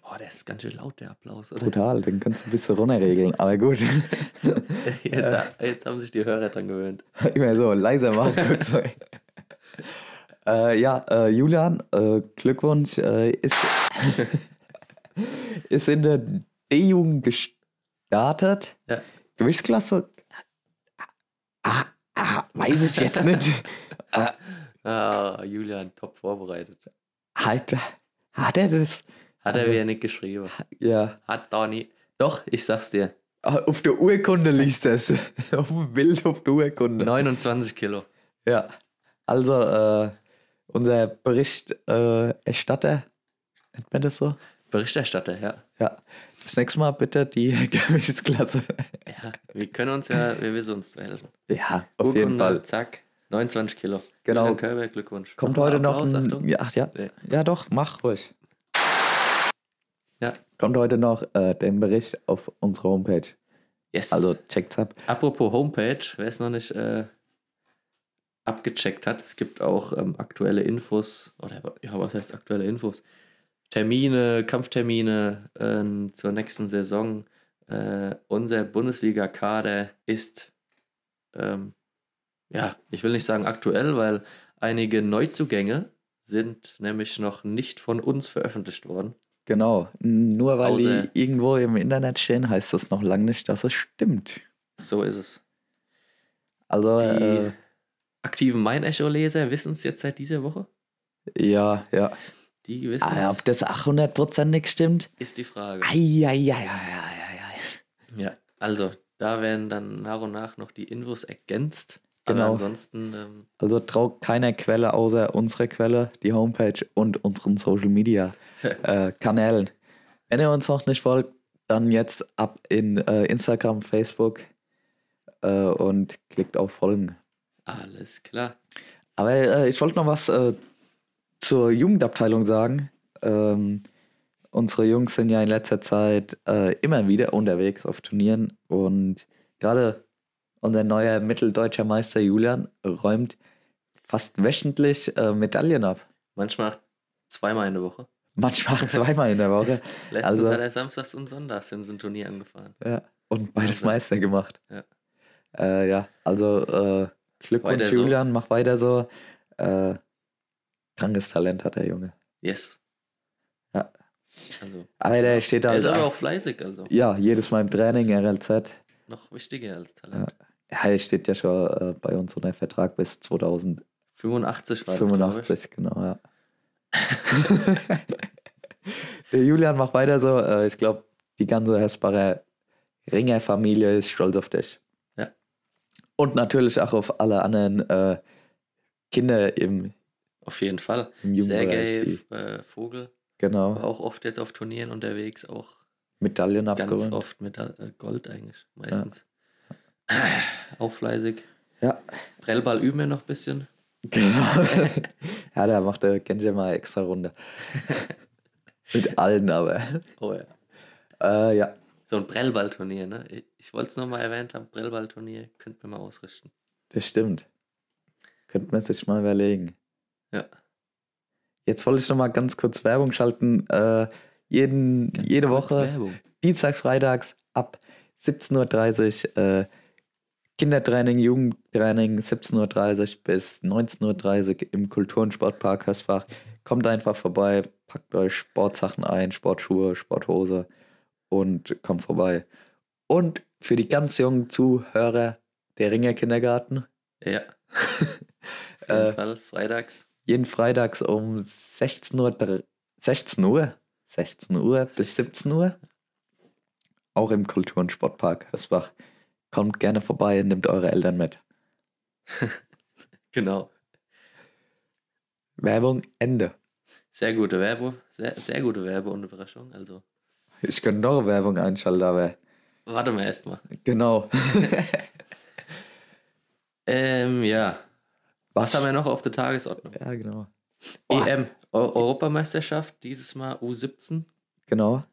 [SPEAKER 1] Boah, der ist ganz schön laut, der Applaus. Oder?
[SPEAKER 2] Brutal, den kannst du ein bisschen runterregeln. Aber gut,
[SPEAKER 1] Jetzt, jetzt haben sich die Hörer dran gewöhnt.
[SPEAKER 2] immer so leiser machen. Gut so. äh, ja, äh, Julian, äh, Glückwunsch. Äh, ist, ist in der D-Jugend gestartet.
[SPEAKER 1] Ja.
[SPEAKER 2] Gewichtsklasse? Ah, ah, weiß ich jetzt nicht.
[SPEAKER 1] Ah, Julian, top vorbereitet.
[SPEAKER 2] Hat, Halt, hat er das?
[SPEAKER 1] Hat er
[SPEAKER 2] Also-
[SPEAKER 1] wieder nicht geschrieben.
[SPEAKER 2] Ja.
[SPEAKER 1] Hat Donny. Doch, ich sag's dir.
[SPEAKER 2] Ah, Auf der Urkunde liest das. auf dem Bild auf der Urkunde.
[SPEAKER 1] 29 Kilo.
[SPEAKER 2] Ja. Also, äh, unser Berichterstatter, äh, Erstatter, nennt man das so?
[SPEAKER 1] Berichterstatter, ja.
[SPEAKER 2] Ja. Das nächste Mal bitte die Gewichtsklasse.
[SPEAKER 1] ja. Wir können uns ja, wir wissen uns zu helfen.
[SPEAKER 2] Ja, auf jeden
[SPEAKER 1] Urkunde,
[SPEAKER 2] Fall.
[SPEAKER 1] Zack, 29 Kilo.
[SPEAKER 2] Genau.
[SPEAKER 1] Julian Körber, Glückwunsch.
[SPEAKER 2] Kommt
[SPEAKER 1] Nochmal
[SPEAKER 2] heute noch
[SPEAKER 1] Applaus,
[SPEAKER 2] ein,
[SPEAKER 1] Achtung.
[SPEAKER 2] ja, ach, ja,
[SPEAKER 1] Nee.
[SPEAKER 2] ja, doch, mach ruhig.
[SPEAKER 1] Ja.
[SPEAKER 2] Kommt heute noch äh, den Bericht auf unsere Homepage.
[SPEAKER 1] Yes.
[SPEAKER 2] Also checkt's ab.
[SPEAKER 1] Apropos Homepage, wer es noch nicht äh, abgecheckt hat, es gibt auch ähm, aktuelle Infos, oder ja, was heißt aktuelle Infos? Termine, Kampftermine ähm, zur nächsten Saison. Äh, unser Bundesliga-Kader ist, ähm, ja, ich will nicht sagen aktuell, weil einige Neuzugänge sind nämlich noch nicht von uns veröffentlicht worden.
[SPEAKER 2] Genau. Nur weil
[SPEAKER 1] Außer-
[SPEAKER 2] die irgendwo im Internet stehen, heißt das noch lange nicht, dass es stimmt.
[SPEAKER 1] So ist es.
[SPEAKER 2] Also,
[SPEAKER 1] Die
[SPEAKER 2] äh,
[SPEAKER 1] aktiven Mein-Echo-Leser wissen es jetzt seit dieser Woche.
[SPEAKER 2] ja, ja.
[SPEAKER 1] Die wissen
[SPEAKER 2] Ah,
[SPEAKER 1] es,
[SPEAKER 2] ob das auch hundertprozentig stimmt?
[SPEAKER 1] ist die Frage.
[SPEAKER 2] Eieieiei.
[SPEAKER 1] Ja, also da werden dann nach und nach noch die Infos ergänzt.
[SPEAKER 2] Genau.
[SPEAKER 1] Aber ansonsten, ähm,
[SPEAKER 2] Also trau keiner Quelle außer unserer Quelle, die Homepage und unseren Social Media äh, Kanälen. Wenn ihr uns noch nicht folgt, dann jetzt ab in äh, Instagram, Facebook äh, und klickt auf Folgen.
[SPEAKER 1] alles klar.
[SPEAKER 2] Aber äh, ich wollte noch was äh, zur Jugendabteilung sagen. Ähm, unsere Jungs sind ja in letzter Zeit äh, immer wieder unterwegs auf Turnieren und gerade unser neuer mitteldeutscher Meister Julian räumt fast wöchentlich äh, Medaillen ab.
[SPEAKER 1] Manchmal auch zweimal in der Woche.
[SPEAKER 2] Manchmal zweimal in der Woche.
[SPEAKER 1] Letztens
[SPEAKER 2] Also-
[SPEAKER 1] hat er samstags und sonntags in so ein Turnier angefahren.
[SPEAKER 2] Ja. Und beides
[SPEAKER 1] Also-
[SPEAKER 2] Meister gemacht.
[SPEAKER 1] Ja.
[SPEAKER 2] Äh, ja, also äh, Glückwunsch,
[SPEAKER 1] Weiter so.
[SPEAKER 2] Julian, mach weiter so. Äh, krankes Talent hat der Junge.
[SPEAKER 1] Yes.
[SPEAKER 2] Ja.
[SPEAKER 1] Also,
[SPEAKER 2] Aber der steht da.
[SPEAKER 1] er ist
[SPEAKER 2] halt-
[SPEAKER 1] aber auch fleißig, also.
[SPEAKER 2] ja, jedes Mal im
[SPEAKER 1] Das
[SPEAKER 2] Training,
[SPEAKER 1] ist-
[SPEAKER 2] RLZ.
[SPEAKER 1] Noch wichtiger als Talent.
[SPEAKER 2] Ja, er steht ja schon äh, bei uns unter Vertrag bis 2085,
[SPEAKER 1] 85 war das, glaub ich.
[SPEAKER 2] genau, ja. Der Julian, mach weiter so. Äh, ich glaube, die ganze Hessbacher Ringer-Familie ist stolz auf dich.
[SPEAKER 1] Ja.
[SPEAKER 2] Und natürlich auch auf alle anderen äh, Kinder im,
[SPEAKER 1] Auf jeden Fall.
[SPEAKER 2] im Jugendbereich.
[SPEAKER 1] Sergej
[SPEAKER 2] die-
[SPEAKER 1] äh, Vogel war
[SPEAKER 2] Genau,
[SPEAKER 1] auch oft jetzt auf Turnieren unterwegs, auch
[SPEAKER 2] Medaillen
[SPEAKER 1] ganz
[SPEAKER 2] abgeräumt.
[SPEAKER 1] oft mit äh, Gold eigentlich, meistens. Auch fleißig.
[SPEAKER 2] Ja,
[SPEAKER 1] Prellball üben wir noch ein bisschen.
[SPEAKER 2] genau. ja, da macht der Kenji mal extra Runde. Mit allen aber.
[SPEAKER 1] Oh ja.
[SPEAKER 2] Äh, ja,
[SPEAKER 1] So ein Prellballturnier, ne? Ich- Ich wollte es nochmal erwähnt haben, Prellballturnier könnten wir mal ausrichten.
[SPEAKER 2] Das stimmt. Könnte man sich mal überlegen.
[SPEAKER 1] Ja.
[SPEAKER 2] Jetzt wollte ich noch mal ganz kurz Werbung schalten. Äh, jeden,
[SPEAKER 1] Ganz
[SPEAKER 2] jede
[SPEAKER 1] kurz
[SPEAKER 2] Woche,
[SPEAKER 1] Werbung.
[SPEAKER 2] dienstags, freitags ab 17.30 Uhr. Äh, Kindertraining, Jugendtraining 17.30 Uhr bis 19.30 Uhr im Kultur- und Sportpark Hösbach. Kommt einfach vorbei, packt euch Sportsachen ein, Sportschuhe, Sporthose und kommt vorbei. Und für die ganz jungen Zuhörer der Ringer Kindergarten
[SPEAKER 1] Ja. Auf jeden
[SPEAKER 2] Äh,
[SPEAKER 1] Fall, freitags.
[SPEAKER 2] jeden Freitags um 16 Uhr, dr- 16 Uhr, 16 Uhr bis
[SPEAKER 1] 16.
[SPEAKER 2] 17 Uhr. Auch im Kultur- und Sportpark Hösbach. Kommt gerne vorbei und nehmt eure Eltern mit.
[SPEAKER 1] Genau.
[SPEAKER 2] Werbung Ende.
[SPEAKER 1] Sehr gute Werbung. Sehr, sehr gute Werbe und Überraschung. Also,
[SPEAKER 2] Ich könnte noch eine Werbung einschalten, aber
[SPEAKER 1] warte mal erstmal.
[SPEAKER 2] genau.
[SPEAKER 1] Ähm, ja. Was haben wir noch auf der Tagesordnung?
[SPEAKER 2] Ja, genau. Boah.
[SPEAKER 1] EM, Eu- Europameisterschaft, dieses Mal U17,
[SPEAKER 2] Genau.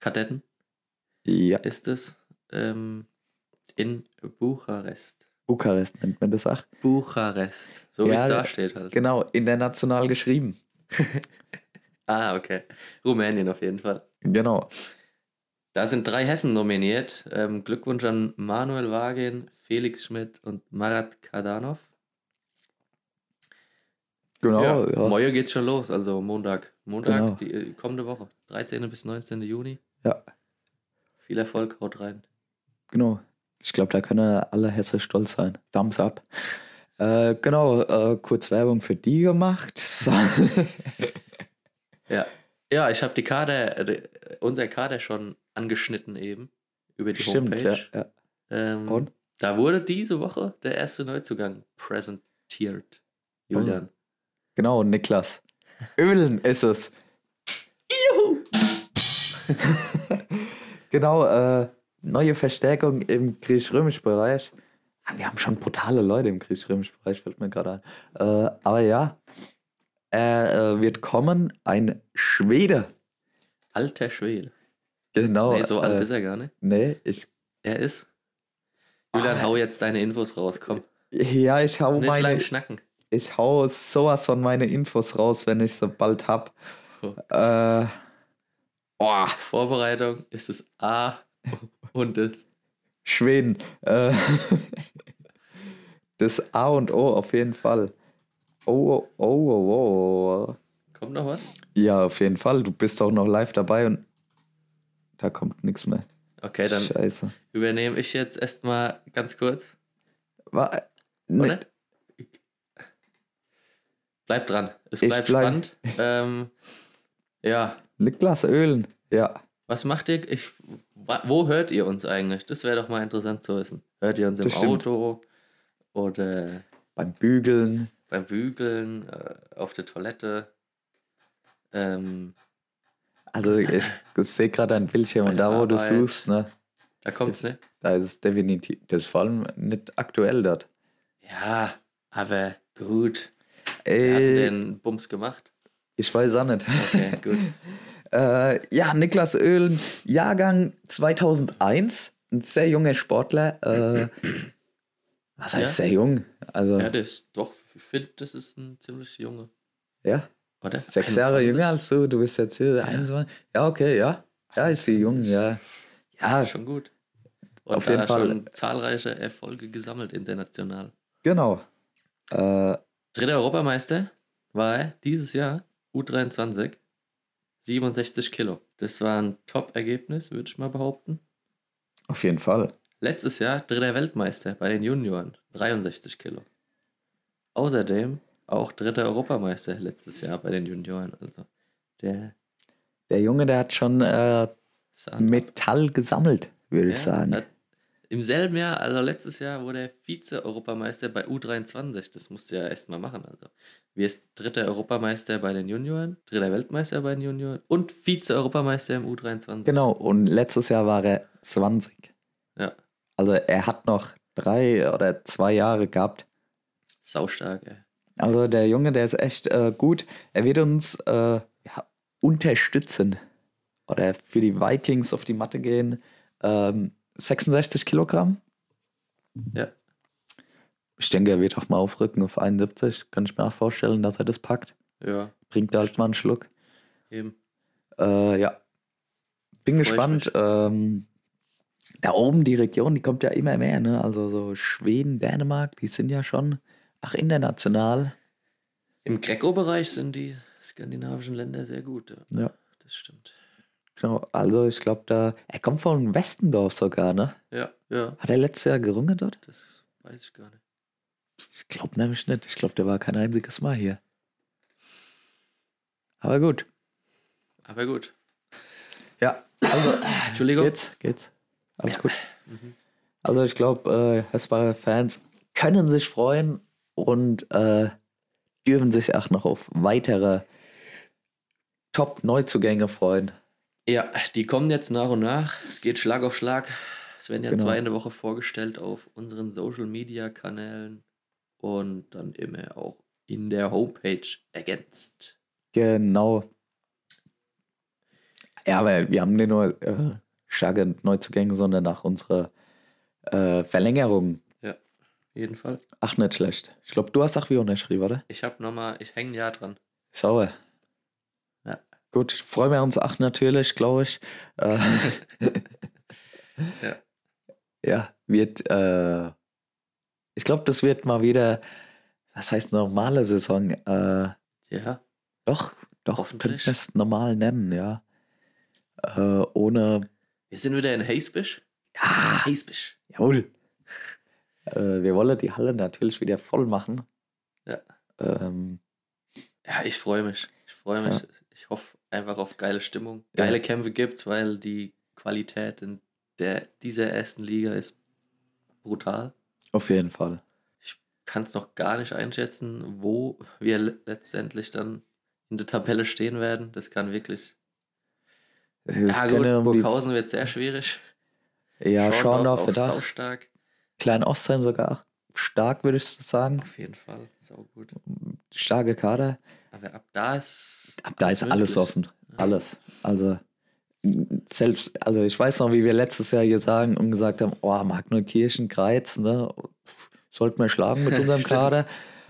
[SPEAKER 1] Kadetten
[SPEAKER 2] Ja,
[SPEAKER 1] ist es, ähm, in Bukarest.
[SPEAKER 2] Bukarest nennt man das auch.
[SPEAKER 1] Bukarest, so wie
[SPEAKER 2] Ja,
[SPEAKER 1] es da
[SPEAKER 2] da-
[SPEAKER 1] steht halt.
[SPEAKER 2] Genau, international geschrieben.
[SPEAKER 1] Ah, okay. Rumänien auf jeden Fall.
[SPEAKER 2] Genau.
[SPEAKER 1] Da sind drei Hessen nominiert. Ähm, Glückwunsch an Manuel Wagen, Felix Schmidt und Marat Kadanov.
[SPEAKER 2] Genau.
[SPEAKER 1] ja,
[SPEAKER 2] ja.
[SPEAKER 1] Morgen geht's schon los, also Montag. Montag,
[SPEAKER 2] Genau.
[SPEAKER 1] die äh, kommende Woche, 13. bis 19. Juni.
[SPEAKER 2] Ja.
[SPEAKER 1] Viel Erfolg, haut rein.
[SPEAKER 2] Genau. Ich glaube, da können alle Hesse stolz sein. Thumbs up. Äh, genau, äh, kurz Werbung für die gemacht. So.
[SPEAKER 1] Ja, ja ich habe die Kader, äh, die- unser Kader schon angeschnitten eben über die
[SPEAKER 2] Stimmt, ja,
[SPEAKER 1] Homepage.
[SPEAKER 2] ja.
[SPEAKER 1] Ähm,
[SPEAKER 2] Und?
[SPEAKER 1] Da wurde diese Woche der erste Neuzugang präsentiert. Julian.
[SPEAKER 2] Genau, Niklas. Ölen ist es. Juhu! genau, äh, neue Verstärkung im griechisch-römisch-Bereich. Ah, Wir haben schon brutale Leute im griechisch-römisch-Bereich, fällt mir gerade ein. Äh, aber ja, er äh, wird kommen, ein Schwede.
[SPEAKER 1] Alter Schwede.
[SPEAKER 2] Genau.
[SPEAKER 1] nee, so alt
[SPEAKER 2] äh,
[SPEAKER 1] ist er gar nicht.
[SPEAKER 2] Nee, ich
[SPEAKER 1] Er ist. Julian, hau jetzt deine Infos raus, komm.
[SPEAKER 2] Ja, ich hau,
[SPEAKER 1] Nicht lang
[SPEAKER 2] Ah, Oh, meine,
[SPEAKER 1] schnacken.
[SPEAKER 2] ich hau sowas von meine Infos raus, wenn ich sie bald hab.
[SPEAKER 1] Oh.
[SPEAKER 2] Äh,
[SPEAKER 1] Oh. Vorbereitung ist es A und das
[SPEAKER 2] Schweden. Äh, das A und O auf jeden Fall. Oh, oh, oh, oh.
[SPEAKER 1] Kommt noch was?
[SPEAKER 2] Ja, auf jeden Fall. Du bist auch noch live dabei und da kommt nichts mehr.
[SPEAKER 1] Okay, dann
[SPEAKER 2] Scheiße.
[SPEAKER 1] übernehme ich jetzt erstmal ganz kurz.
[SPEAKER 2] Wa- äh,
[SPEAKER 1] Oder? Bleibt dran. Es
[SPEAKER 2] Ich
[SPEAKER 1] bleibt
[SPEAKER 2] bleib-
[SPEAKER 1] spannend. Ähm, ja,
[SPEAKER 2] Niklas Ölen. Ja.
[SPEAKER 1] was macht ihr? Ich, wa- wo hört ihr uns eigentlich? Das wäre doch mal interessant zu wissen. Hört ihr uns im
[SPEAKER 2] Das stimmt.
[SPEAKER 1] Auto oder
[SPEAKER 2] Beim Bügeln.
[SPEAKER 1] beim Bügeln, äh, auf der Toilette? Ähm,
[SPEAKER 2] Also ich, ich sehe gerade ein Bildschirm und da, wo du
[SPEAKER 1] Arbeit.
[SPEAKER 2] suchst, ne?
[SPEAKER 1] da kommt's, ne?
[SPEAKER 2] Da ist es definitiv. Das ist vor allem nicht aktuell dort.
[SPEAKER 1] Ja, aber gut. Wir hatten
[SPEAKER 2] Ey,
[SPEAKER 1] den Bums gemacht.
[SPEAKER 2] Äh, ich weiß auch nicht.
[SPEAKER 1] Okay, gut.
[SPEAKER 2] Äh, ja, Niklas Öhlen, Jahrgang 2001. Ein sehr junger Sportler. Äh, was heißt
[SPEAKER 1] Ja.
[SPEAKER 2] sehr jung? Also,
[SPEAKER 1] Ja,
[SPEAKER 2] ja.
[SPEAKER 1] das ist doch, ich finde, das ist ein ziemlich junge. Oder?
[SPEAKER 2] Sechs Jahre
[SPEAKER 1] 21.
[SPEAKER 2] jünger als du, du bist jetzt hier 21. Ja, okay, ja. Ja, ist sie jung, ja. Ja,
[SPEAKER 1] Ja, schon gut. Und
[SPEAKER 2] Auf jeden
[SPEAKER 1] da
[SPEAKER 2] Fall.
[SPEAKER 1] schon zahlreiche Erfolge gesammelt international.
[SPEAKER 2] genau. Äh,
[SPEAKER 1] Dritter Europameister war er dieses Jahr U23, 67 Kilo. Das war ein Top-Ergebnis, würde ich mal behaupten.
[SPEAKER 2] auf jeden Fall.
[SPEAKER 1] Letztes Jahr dritter Weltmeister bei den Junioren, 63 Kilo. Außerdem auch dritter Europameister letztes Jahr bei den Junioren. Also der
[SPEAKER 2] Der Junge, der hat schon äh,
[SPEAKER 1] sah
[SPEAKER 2] Metall gesammelt, würde ich
[SPEAKER 1] Ja,
[SPEAKER 2] sagen.
[SPEAKER 1] hat- Im selben Jahr, also letztes Jahr, wurde er Vize-Europameister bei U23. Das musst du ja erstmal machen. Also, wirst dritter Europameister bei den Junioren, dritter Weltmeister bei den Junioren und Vize-Europameister im U23.
[SPEAKER 2] Genau, und letztes Jahr war er 20.
[SPEAKER 1] Ja,
[SPEAKER 2] Also er hat noch drei oder zwei Jahre gehabt.
[SPEAKER 1] saustark, ey.
[SPEAKER 2] Also der Junge, der ist echt äh, gut. Er wird uns äh, ja, unterstützen. Oder für die Vikings auf die Matte gehen. Ähm, 66 Kilogramm.
[SPEAKER 1] Ja,
[SPEAKER 2] Ich denke, er wird auch mal aufrücken auf 71. Kann ich mir auch vorstellen, dass er das packt.
[SPEAKER 1] ja,
[SPEAKER 2] Bringt halt mal einen Schluck.
[SPEAKER 1] eben.
[SPEAKER 2] Äh, ja. Bin
[SPEAKER 1] ich
[SPEAKER 2] gespannt. Ähm, da oben die Region, die kommt ja immer mehr, ne? Also so Schweden, Dänemark, die sind ja schon, ach, international.
[SPEAKER 1] Im Greco-Bereich sind die skandinavischen Länder sehr gut. Ja,
[SPEAKER 2] Ja.
[SPEAKER 1] das stimmt.
[SPEAKER 2] Genau. Also ich glaube da, er kommt von Westendorf sogar, ne?
[SPEAKER 1] Ja, ja,
[SPEAKER 2] Hat er letztes Jahr gerungen dort?
[SPEAKER 1] das weiß ich gar nicht.
[SPEAKER 2] Ich glaube nämlich nicht. Ich glaube, der war kein einziges Mal hier. Aber gut.
[SPEAKER 1] Aber gut.
[SPEAKER 2] Ja, also
[SPEAKER 1] Entschuldigung.
[SPEAKER 2] geht's, geht's. Alles gut. Also ich glaube, äh, Hessbacher Fans können sich freuen und äh, dürfen sich auch noch auf weitere Top-Neuzugänge freuen.
[SPEAKER 1] Ja, die kommen jetzt nach und nach. Es geht Schlag auf Schlag. Es werden ja
[SPEAKER 2] Genau.
[SPEAKER 1] zwei in der Woche vorgestellt auf unseren Social Media Kanälen und dann immer auch in der Homepage ergänzt.
[SPEAKER 2] Genau. Ja, aber wir haben nicht nur äh, starke Neuzugänge, sondern auch unsere äh, Verlängerung.
[SPEAKER 1] Ja, jeden Fall.
[SPEAKER 2] Ach, nicht schlecht. Ich glaube, du hast auch wie unterschrieben, oder?
[SPEAKER 1] Ich habe nochmal, ich hänge ein Jahr dran.
[SPEAKER 2] Sauer.
[SPEAKER 1] Ja.
[SPEAKER 2] Gut, freuen wir uns auch natürlich, glaube ich. Äh,
[SPEAKER 1] Ja.
[SPEAKER 2] ja, wird, äh, ich glaube, das wird mal wieder, was heißt normale Saison? Äh,
[SPEAKER 1] Ja,
[SPEAKER 2] doch, doch,
[SPEAKER 1] Hoffentlich.
[SPEAKER 2] könnte das normal nennen, ja. Äh, ohne,
[SPEAKER 1] wir sind wieder in Haysbisch.
[SPEAKER 2] ja,
[SPEAKER 1] Haysbisch.
[SPEAKER 2] jawohl. Äh, wir wollen die Halle natürlich wieder voll machen.
[SPEAKER 1] Ja.
[SPEAKER 2] Ähm,
[SPEAKER 1] Ja, ich freue mich. Ich freue mich. Ich hoffe einfach auf geile Stimmung. Geile Kämpfe gibt's, weil die Qualität in der, dieser ersten Liga ist brutal.
[SPEAKER 2] auf jeden Fall.
[SPEAKER 1] kann es noch gar nicht einschätzen, wo wir le- letztendlich dann in der Tabelle stehen werden. Das kann wirklich.
[SPEAKER 2] Es
[SPEAKER 1] Ja, gut,
[SPEAKER 2] können die-
[SPEAKER 1] Burghausen wird sehr schwierig.
[SPEAKER 2] Ja,
[SPEAKER 1] auch
[SPEAKER 2] Schorndorf wird auch.
[SPEAKER 1] saustark.
[SPEAKER 2] Klein-Ostheim sogar auch stark, würde ich sagen.
[SPEAKER 1] Auf jeden Fall, saugut.
[SPEAKER 2] Starke Kader.
[SPEAKER 1] Aber ab da ist.
[SPEAKER 2] Ab da ist alles
[SPEAKER 1] möglich.
[SPEAKER 2] offen. Alles. Also, m, selbst, also ich weiß noch, wie wir letztes Jahr hier sagen und gesagt haben: Oh, Magnokirchen, Greiz, ne? pff, Sollten wir schlagen mit unserem
[SPEAKER 1] Stimmt.
[SPEAKER 2] Kader.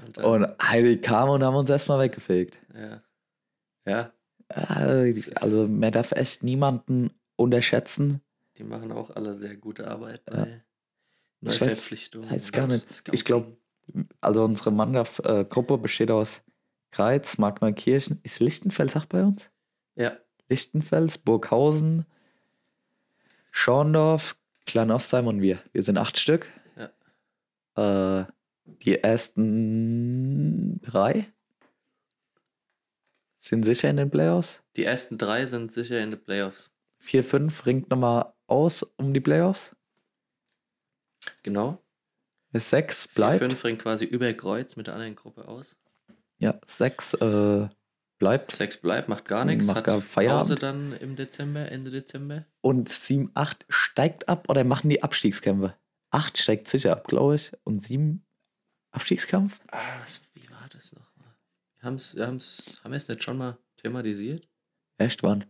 [SPEAKER 1] Und dann,
[SPEAKER 2] Und Heidi kam und haben uns erstmal weggefegt.
[SPEAKER 1] ja. ja,
[SPEAKER 2] Ah,
[SPEAKER 1] ist-
[SPEAKER 2] Also, man darf echt niemanden unterschätzen.
[SPEAKER 1] die machen auch alle sehr gute Arbeit
[SPEAKER 2] Ja.
[SPEAKER 1] bei
[SPEAKER 2] Ich weiß-
[SPEAKER 1] Neuverpflichtungen.
[SPEAKER 2] weiß gar
[SPEAKER 1] und
[SPEAKER 2] nicht.
[SPEAKER 1] Scouting.
[SPEAKER 2] Ich glaub- Also, unsere Mannschaft-Gruppe besteht aus Greiz, Magnokirchen. Ist Lichtenfels auch bei uns?
[SPEAKER 1] Ja,
[SPEAKER 2] Lichtenfels, Burghausen, Schorndorf, Kleinostheim und wir. Wir sind acht Stück. Äh, die ersten drei sind sicher in den Playoffs.
[SPEAKER 1] die ersten drei sind sicher in den Playoffs.
[SPEAKER 2] Vier, fünf ringt nochmal aus um die Playoffs.
[SPEAKER 1] Genau.
[SPEAKER 2] Sechs
[SPEAKER 1] Die
[SPEAKER 2] bleibt.
[SPEAKER 1] fünf ringen quasi über Kreuz mit der anderen Gruppe aus.
[SPEAKER 2] Ja, sechs äh, bleibt.
[SPEAKER 1] Sex bleibt, macht gar nichts.
[SPEAKER 2] Macht
[SPEAKER 1] hat
[SPEAKER 2] gar Feierabend.
[SPEAKER 1] Pause dann im Dezember, Ende Dezember.
[SPEAKER 2] Und sieben, acht steigt ab oder machen die Abstiegskämpfe? Acht steigt sicher ab, glaube ich. Und sieben Abstiegskampf?
[SPEAKER 1] Ah, was, wie war das nochmal? Wir haben's, wir haben's, haben wir es nicht schon mal thematisiert?
[SPEAKER 2] Echt, Mann.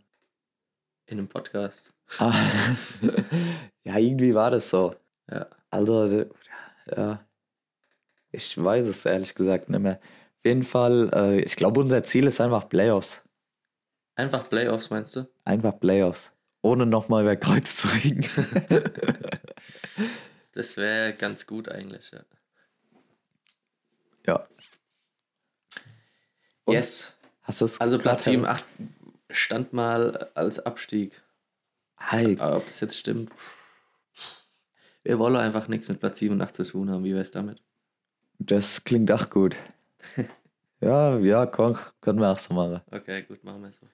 [SPEAKER 1] In einem Podcast.
[SPEAKER 2] Ah. ja, irgendwie war das so.
[SPEAKER 1] Ja.
[SPEAKER 2] Also, d- ja. Ich weiß es ehrlich gesagt nicht mehr. jeden Fall, äh, ich glaube, unser Ziel ist einfach Playoffs.
[SPEAKER 1] Einfach Playoffs, meinst du?
[SPEAKER 2] Einfach Playoffs. Ohne nochmal über Kreuz zu reden.
[SPEAKER 1] Das wäre ganz gut eigentlich, ja.
[SPEAKER 2] ja. Und?
[SPEAKER 1] Yes.
[SPEAKER 2] Hast du es
[SPEAKER 1] Also
[SPEAKER 2] grad
[SPEAKER 1] Platz 7,
[SPEAKER 2] her-
[SPEAKER 1] 8 stand mal als Abstieg.
[SPEAKER 2] Ei,
[SPEAKER 1] Aber ob das jetzt stimmt. Wir wollen einfach nichts mit Platz 7 und 8 zu tun haben. Wie wär's damit?
[SPEAKER 2] das klingt auch gut. ja, ja, komm, können wir auch so machen.
[SPEAKER 1] Okay, gut, machen wir so.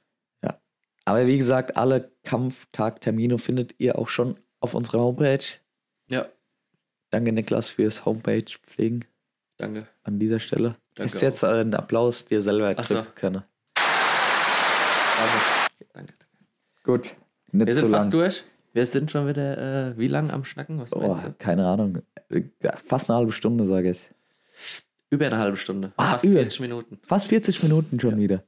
[SPEAKER 2] Aber wie gesagt, alle Kampftagtermine findet ihr auch schon auf unserer Homepage.
[SPEAKER 1] Ja,
[SPEAKER 2] Danke, Niklas, fürs Homepage-Pflegen
[SPEAKER 1] danke.
[SPEAKER 2] an dieser Stelle.
[SPEAKER 1] Danke
[SPEAKER 2] Ist jetzt ein Applaus dir selber
[SPEAKER 1] Ach so.
[SPEAKER 2] drücken können.
[SPEAKER 1] danke. danke.
[SPEAKER 2] Gut. Nicht
[SPEAKER 1] Wir
[SPEAKER 2] so
[SPEAKER 1] sind fast
[SPEAKER 2] lang.
[SPEAKER 1] durch. Wir sind schon wieder, äh, wie lang am Schnacken? Was
[SPEAKER 2] Oh,
[SPEAKER 1] meinst du?
[SPEAKER 2] keine Ahnung. Ja, Fast eine halbe Stunde, sage ich.
[SPEAKER 1] Über eine halbe Stunde.
[SPEAKER 2] Ah,
[SPEAKER 1] fast
[SPEAKER 2] über.
[SPEAKER 1] 40 Minuten.
[SPEAKER 2] Fast 40 Minuten schon wieder.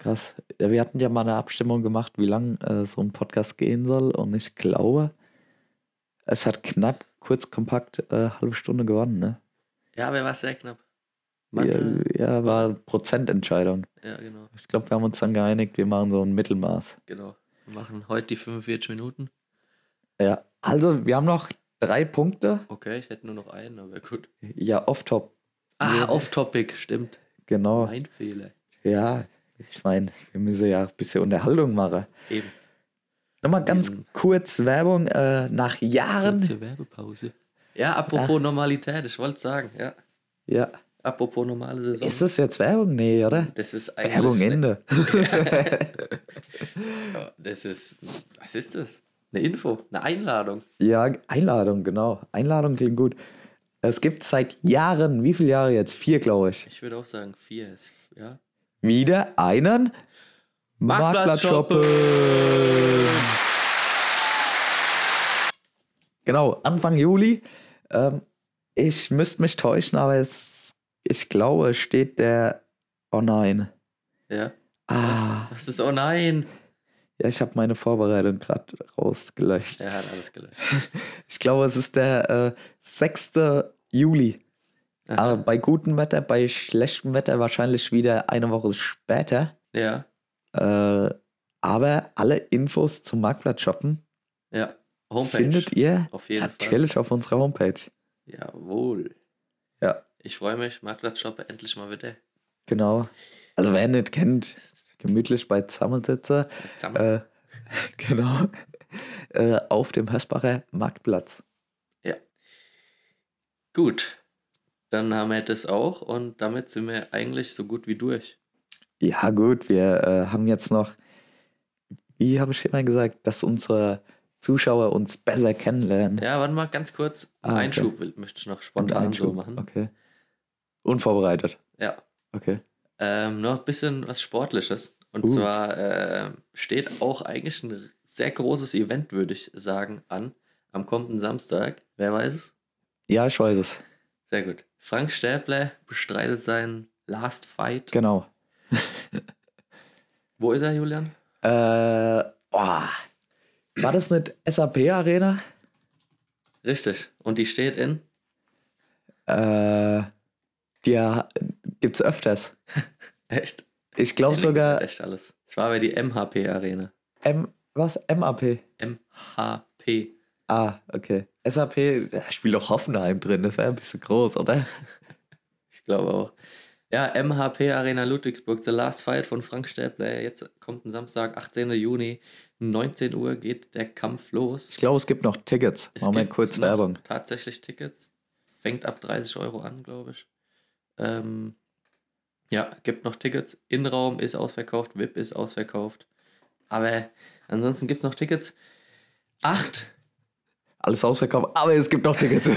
[SPEAKER 2] Krass. Ja, Wir hatten ja mal eine Abstimmung gemacht, wie lang äh, so ein Podcast gehen soll. Und ich glaube, es hat knapp, kurz, kompakt äh, halbe Stunde gewonnen. Ne?
[SPEAKER 1] Ja, aber war sehr knapp.
[SPEAKER 2] Ja,
[SPEAKER 1] Manche,
[SPEAKER 2] ja, war Prozententscheidung.
[SPEAKER 1] ja, genau,
[SPEAKER 2] Ich glaube, wir haben uns dann geeinigt, wir machen so ein Mittelmaß.
[SPEAKER 1] genau. Wir machen heute die 45 Minuten.
[SPEAKER 2] Ja, also wir haben noch drei Punkte.
[SPEAKER 1] Okay, ich hätte nur noch einen, aber gut.
[SPEAKER 2] Ja, off-top.
[SPEAKER 1] Ah,
[SPEAKER 2] Nee.
[SPEAKER 1] off-topic, stimmt.
[SPEAKER 2] Genau.
[SPEAKER 1] Mein Fehler.
[SPEAKER 2] Ja, ich meine, wir müssen ja ein bisschen Unterhaltung machen.
[SPEAKER 1] Eben.
[SPEAKER 2] Nochmal ganz
[SPEAKER 1] Diesen-
[SPEAKER 2] kurz Werbung. Äh, nach Jahren.
[SPEAKER 1] Kurze Werbepause. Ja, apropos Normalität, ich wollte sagen, ja.
[SPEAKER 2] Ja.
[SPEAKER 1] Apropos normale Saison.
[SPEAKER 2] Ist es jetzt Werbung? Nee, oder?
[SPEAKER 1] das ist eigentlich.
[SPEAKER 2] Werbung Ende.
[SPEAKER 1] Das ist. Was ist das? Eine Info, eine Einladung.
[SPEAKER 2] Ja, Einladung, genau. Einladung klingt gut. Es gibt seit Jahren, wie viele Jahre jetzt? Vier, glaube ich.
[SPEAKER 1] Ich würde auch sagen, vier ist. Ja.
[SPEAKER 2] Wieder einen
[SPEAKER 1] Marktplatz-Shoppen.
[SPEAKER 2] Genau, Anfang Juli. Ähm, ich müsste mich täuschen, aber es, ich glaube, es steht der. Oh nein.
[SPEAKER 1] Ja. Was?
[SPEAKER 2] Ah,
[SPEAKER 1] Was ist? Oh nein!
[SPEAKER 2] ja, ich habe meine Vorbereitung gerade rausgelöscht.
[SPEAKER 1] Er hat alles gelöscht.
[SPEAKER 2] Ich glaube, es ist der äh, 6. Juli.
[SPEAKER 1] Aha.
[SPEAKER 2] Aber bei gutem Wetter, bei schlechtem Wetter wahrscheinlich wieder eine Woche später.
[SPEAKER 1] Ja.
[SPEAKER 2] Äh, aber alle Infos zum Marktplatz shoppen
[SPEAKER 1] Ja. Homepage.
[SPEAKER 2] findet ihr
[SPEAKER 1] Auf jeden
[SPEAKER 2] natürlich auf unserer Homepage.
[SPEAKER 1] Fall. Jawohl.
[SPEAKER 2] Ja,
[SPEAKER 1] Ich freue mich, Marktplatzshoppe endlich mal wieder.
[SPEAKER 2] genau. Also wer nicht kennt, gemütlich bei Zusammensitze.
[SPEAKER 1] Zusammen.
[SPEAKER 2] Äh, genau. Äh, auf dem Hösbacher Marktplatz.
[SPEAKER 1] Gut. Dann haben wir das auch und damit sind wir eigentlich so gut wie durch.
[SPEAKER 2] Ja, gut, wir äh, haben jetzt noch, wie habe ich immer gesagt, dass unsere Zuschauer uns besser kennenlernen.
[SPEAKER 1] Ja, warte mal ganz kurz.
[SPEAKER 2] Ah, okay.
[SPEAKER 1] Einschub will, möchte ich noch
[SPEAKER 2] Und
[SPEAKER 1] spontan so
[SPEAKER 2] Einschub.
[SPEAKER 1] machen.
[SPEAKER 2] Okay. Unvorbereitet.
[SPEAKER 1] Ja.
[SPEAKER 2] Okay.
[SPEAKER 1] Ähm, noch ein bisschen was Sportliches. Und
[SPEAKER 2] Uh.
[SPEAKER 1] zwar ähm, steht auch eigentlich ein sehr großes Event, würde ich sagen, an. Am kommenden Samstag. Wer weiß es?
[SPEAKER 2] Ja, ich weiß es.
[SPEAKER 1] Sehr gut. Frank Stäbler bestreitet seinen Last Fight.
[SPEAKER 2] Genau.
[SPEAKER 1] Wo ist er, Julian?
[SPEAKER 2] Äh, oh. War das nicht SAP Arena?
[SPEAKER 1] Richtig. Und die steht in?
[SPEAKER 2] Äh, ja, gibt's öfters.
[SPEAKER 1] Echt?
[SPEAKER 2] Ich glaube
[SPEAKER 1] Henning hat
[SPEAKER 2] sogar
[SPEAKER 1] Echt alles. Es war aber die MHP Arena.
[SPEAKER 2] M, was? MAP.
[SPEAKER 1] MHP.
[SPEAKER 2] Ah, okay. SAP, da spielt doch Hoffenheim drin, das wäre ein bisschen groß, oder?
[SPEAKER 1] Ich glaube auch. Ja, MHP Arena Ludwigsburg, The Last Fight von Frank Stäbler. Jetzt kommt ein Samstag, 18. Juni, 19 Uhr geht der Kampf los.
[SPEAKER 2] Ich glaube, es gibt noch Tickets.
[SPEAKER 1] Es
[SPEAKER 2] Machen wir
[SPEAKER 1] gibt
[SPEAKER 2] kurz
[SPEAKER 1] noch
[SPEAKER 2] Werbung.
[SPEAKER 1] Tatsächlich Tickets. Fängt ab 30 Euro an, glaube ich. Ähm, ja, gibt noch Tickets. Innenraum ist ausverkauft, VIP ist ausverkauft. Aber ansonsten gibt es noch Tickets. Acht.
[SPEAKER 2] Alles ausverkauft, aber es gibt noch Tickets.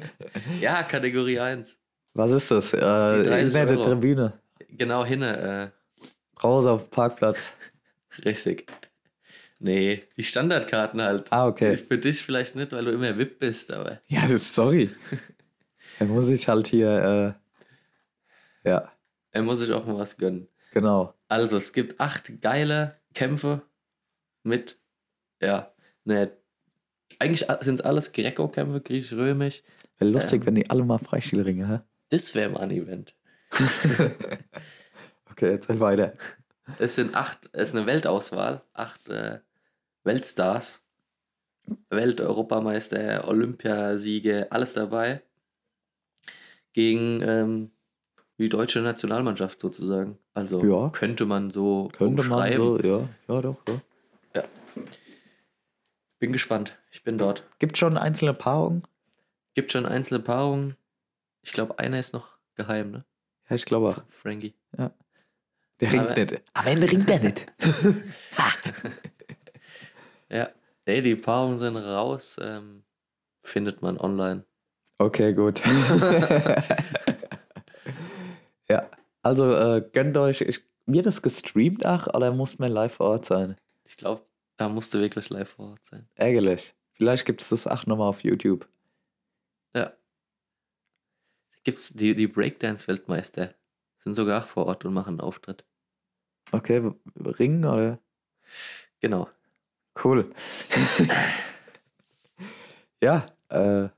[SPEAKER 1] Ja, Kategorie 1.
[SPEAKER 2] was ist das? Äh,
[SPEAKER 1] 30
[SPEAKER 2] Internet der
[SPEAKER 1] Euro.
[SPEAKER 2] Tribüne.
[SPEAKER 1] Genau hinne.
[SPEAKER 2] Raus auf Parkplatz.
[SPEAKER 1] Äh, richtig. Nee, die Standardkarten halt.
[SPEAKER 2] Ah, okay.
[SPEAKER 1] Für dich vielleicht nicht, weil du immer VIP bist, aber
[SPEAKER 2] Ja, das ist sorry. Dann muss ich halt hier, äh, ja,
[SPEAKER 1] er muss sich auch mal was gönnen.
[SPEAKER 2] genau.
[SPEAKER 1] Also, es gibt acht geile Kämpfe mit, ja, ne, eigentlich sind es alles Greco-Kämpfe, griechisch-römisch.
[SPEAKER 2] Ähm. Wäre lustig, wenn die alle mal Freistilringe, hä?
[SPEAKER 1] Das wäre mal ein Event.
[SPEAKER 2] Okay, erzähl weiter.
[SPEAKER 1] Es sind acht, es ist eine Weltauswahl, acht äh, Weltstars. Welt-Europameister, Olympiasiege, alles dabei. Gegen ähm, die deutsche Nationalmannschaft sozusagen. Also
[SPEAKER 2] Ja.
[SPEAKER 1] könnte man so
[SPEAKER 2] Könnte man
[SPEAKER 1] umschreiben.
[SPEAKER 2] so, ja. Ja, doch, ja.
[SPEAKER 1] Bin gespannt. Ich bin dort.
[SPEAKER 2] Gibt schon einzelne Paarungen?
[SPEAKER 1] Gibt schon einzelne Paarungen. Ich glaube, einer ist noch geheim, ne?
[SPEAKER 2] Ja, ich glaube.
[SPEAKER 1] Frankie.
[SPEAKER 2] Der
[SPEAKER 1] ringt
[SPEAKER 2] nicht. Am Ende ringt der nicht.
[SPEAKER 1] Ja. Nee, die Paarungen sind raus. Ähm, findet man online.
[SPEAKER 2] Okay, gut. ja, also äh, gönnt euch. Ich, wird das gestreamt, ach, oder muss man live vor Ort sein?
[SPEAKER 1] Ich glaube, da musste wirklich live vor Ort sein.
[SPEAKER 2] Ärgerlich. Vielleicht gibt es das ach nochmal auf YouTube.
[SPEAKER 1] Ja. Gibt's die, die Breakdance-Weltmeister sind sogar vor Ort und machen einen Auftritt.
[SPEAKER 2] Okay, w- ringen oder?
[SPEAKER 1] Genau.
[SPEAKER 2] Cool. ja, äh,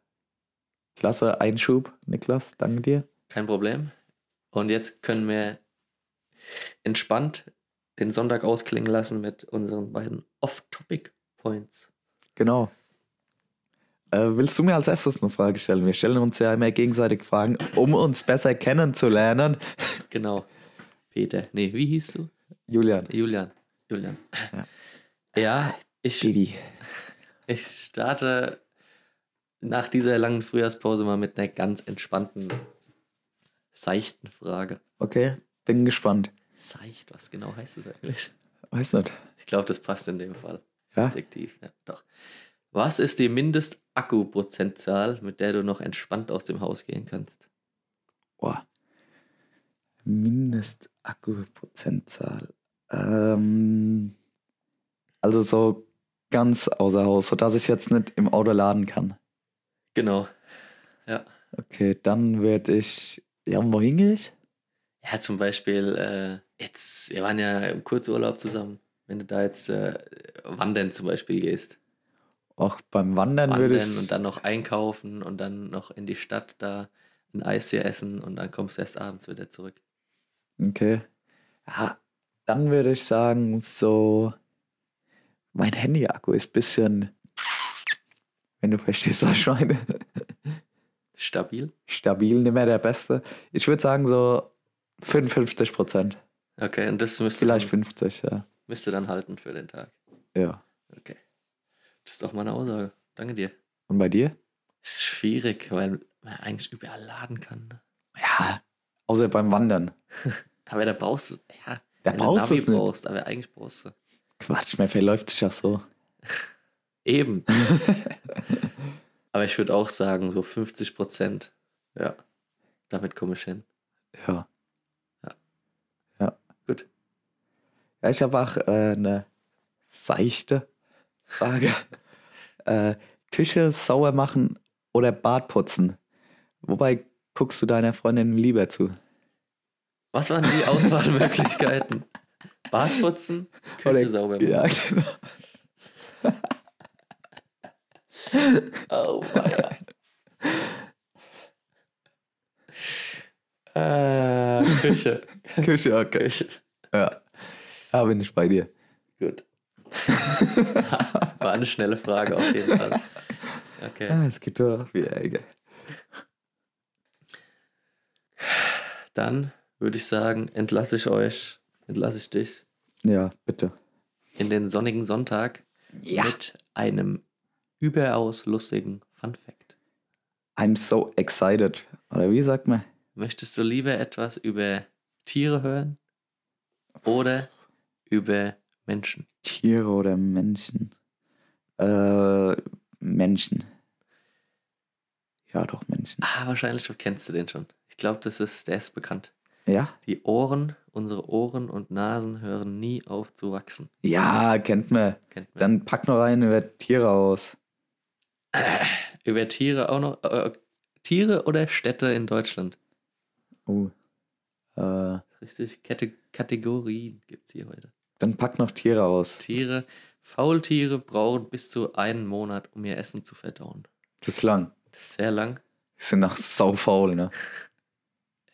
[SPEAKER 2] klasse Einschub, Niklas, danke dir.
[SPEAKER 1] Kein Problem. Und jetzt können wir entspannt den Sonntag ausklingen lassen mit unseren beiden Off-Topic-Points.
[SPEAKER 2] Genau. Äh, willst du mir als erstes eine Frage stellen? Wir stellen uns ja immer gegenseitig Fragen, um uns besser kennenzulernen.
[SPEAKER 1] Genau. Peter. Nee, wie hieß du?
[SPEAKER 2] Julian.
[SPEAKER 1] Julian. Julian.
[SPEAKER 2] Ja.
[SPEAKER 1] Ja, ich,
[SPEAKER 2] Didi.
[SPEAKER 1] ich starte nach dieser langen Frühjahrspause mal mit einer ganz entspannten, seichten Frage.
[SPEAKER 2] Okay, bin gespannt.
[SPEAKER 1] Seicht, was genau heißt es eigentlich?
[SPEAKER 2] Weiß nicht.
[SPEAKER 1] Ich glaube, das passt in dem Fall.
[SPEAKER 2] Ja.
[SPEAKER 1] Subjektiv, ja, doch. Was ist die Mindestakku-Prozentzahl, mit der du noch entspannt aus dem Haus gehen kannst?
[SPEAKER 2] Boah. Mindestakku-Prozentzahl. Ähm, also so ganz außer Haus, sodass ich jetzt nicht im Auto laden kann.
[SPEAKER 1] Genau.
[SPEAKER 2] Okay, dann werde ich. Ja, wohin gehe ich?
[SPEAKER 1] Ja, zum Beispiel, äh, jetzt, wir waren ja im Kurzurlaub zusammen. Wenn du da jetzt äh, wandern zum Beispiel gehst.
[SPEAKER 2] Auch beim Wandern, würde
[SPEAKER 1] Wandern
[SPEAKER 2] ich.
[SPEAKER 1] und dann noch einkaufen und dann noch in die Stadt da ein Eis hier essen und dann kommst du erst abends wieder zurück.
[SPEAKER 2] Okay. Ja, dann würde ich sagen, so. Mein Handy-Akku ist ein bisschen. Wenn du verstehst, was ich meine.
[SPEAKER 1] Stabil?
[SPEAKER 2] Stabil, nicht mehr der Beste. Ich würde sagen, so 55 Prozent.
[SPEAKER 1] Okay, und das müsste,
[SPEAKER 2] Vielleicht
[SPEAKER 1] dann,
[SPEAKER 2] 50, ja.
[SPEAKER 1] müsste dann halten für den Tag.
[SPEAKER 2] ja.
[SPEAKER 1] Das ist doch meine Aussage. Danke dir.
[SPEAKER 2] Und bei dir?
[SPEAKER 1] Ist schwierig, weil man eigentlich überall laden kann. ne?
[SPEAKER 2] Ja. Außer beim Wandern.
[SPEAKER 1] Aber da brauchst du, ja,
[SPEAKER 2] Da
[SPEAKER 1] wenn du
[SPEAKER 2] brauchst du
[SPEAKER 1] Navi
[SPEAKER 2] es nicht.
[SPEAKER 1] brauchst, aber eigentlich brauchst du.
[SPEAKER 2] Quatsch, mir verläuft sich auch so.
[SPEAKER 1] Eben. aber ich würde auch sagen, so 50 Prozent. Ja, damit komme ich hin.
[SPEAKER 2] Ja.
[SPEAKER 1] Ja.
[SPEAKER 2] Ja.
[SPEAKER 1] Gut.
[SPEAKER 2] Ja, ich habe auch äh, eine seichte Frage. äh, Küche sauer machen oder Bad putzen? Wobei guckst du deiner Freundin lieber zu?
[SPEAKER 1] Was waren die Auswahlmöglichkeiten? Bad putzen, Küche
[SPEAKER 2] Oder-
[SPEAKER 1] sauber machen.
[SPEAKER 2] Ja, genau.
[SPEAKER 1] Oh, weia. Äh, Küche.
[SPEAKER 2] Küche, okay.
[SPEAKER 1] Küche.
[SPEAKER 2] Ja. Da bin ich bei dir.
[SPEAKER 1] Gut. War eine schnelle Frage auf jeden Fall. Okay.
[SPEAKER 2] Ja, es gibt doch wie Ecke.
[SPEAKER 1] dann würde ich sagen, entlasse ich euch, entlasse ich dich
[SPEAKER 2] Ja, bitte.
[SPEAKER 1] in den sonnigen Sonntag mit einem überaus lustigen Fun Fact.
[SPEAKER 2] I'm so excited. Oder wie sagt man?
[SPEAKER 1] Möchtest du lieber etwas über Tiere hören oder über Menschen?
[SPEAKER 2] Tiere oder Menschen? Äh, Menschen. Ja, doch, Menschen.
[SPEAKER 1] Ah, wahrscheinlich kennst du den schon. Ich glaube, das ist, der ist bekannt.
[SPEAKER 2] Ja?
[SPEAKER 1] Die Ohren, unsere Ohren und Nasen hören nie auf zu wachsen.
[SPEAKER 2] Ja, kennt man.
[SPEAKER 1] Kennt man.
[SPEAKER 2] Dann pack noch einen über Tiere aus.
[SPEAKER 1] über Tiere auch noch. Äh, Tiere oder Städte in Deutschland?
[SPEAKER 2] Oh. Äh,
[SPEAKER 1] Richtig, Kate Kategorien gibt es hier heute.
[SPEAKER 2] dann pack noch Tiere aus.
[SPEAKER 1] Tiere, Faultiere brauchen bis zu einen Monat, um ihr Essen zu verdauen.
[SPEAKER 2] Das ist lang.
[SPEAKER 1] Das ist sehr lang.
[SPEAKER 2] Die sind auch sau faul, ne?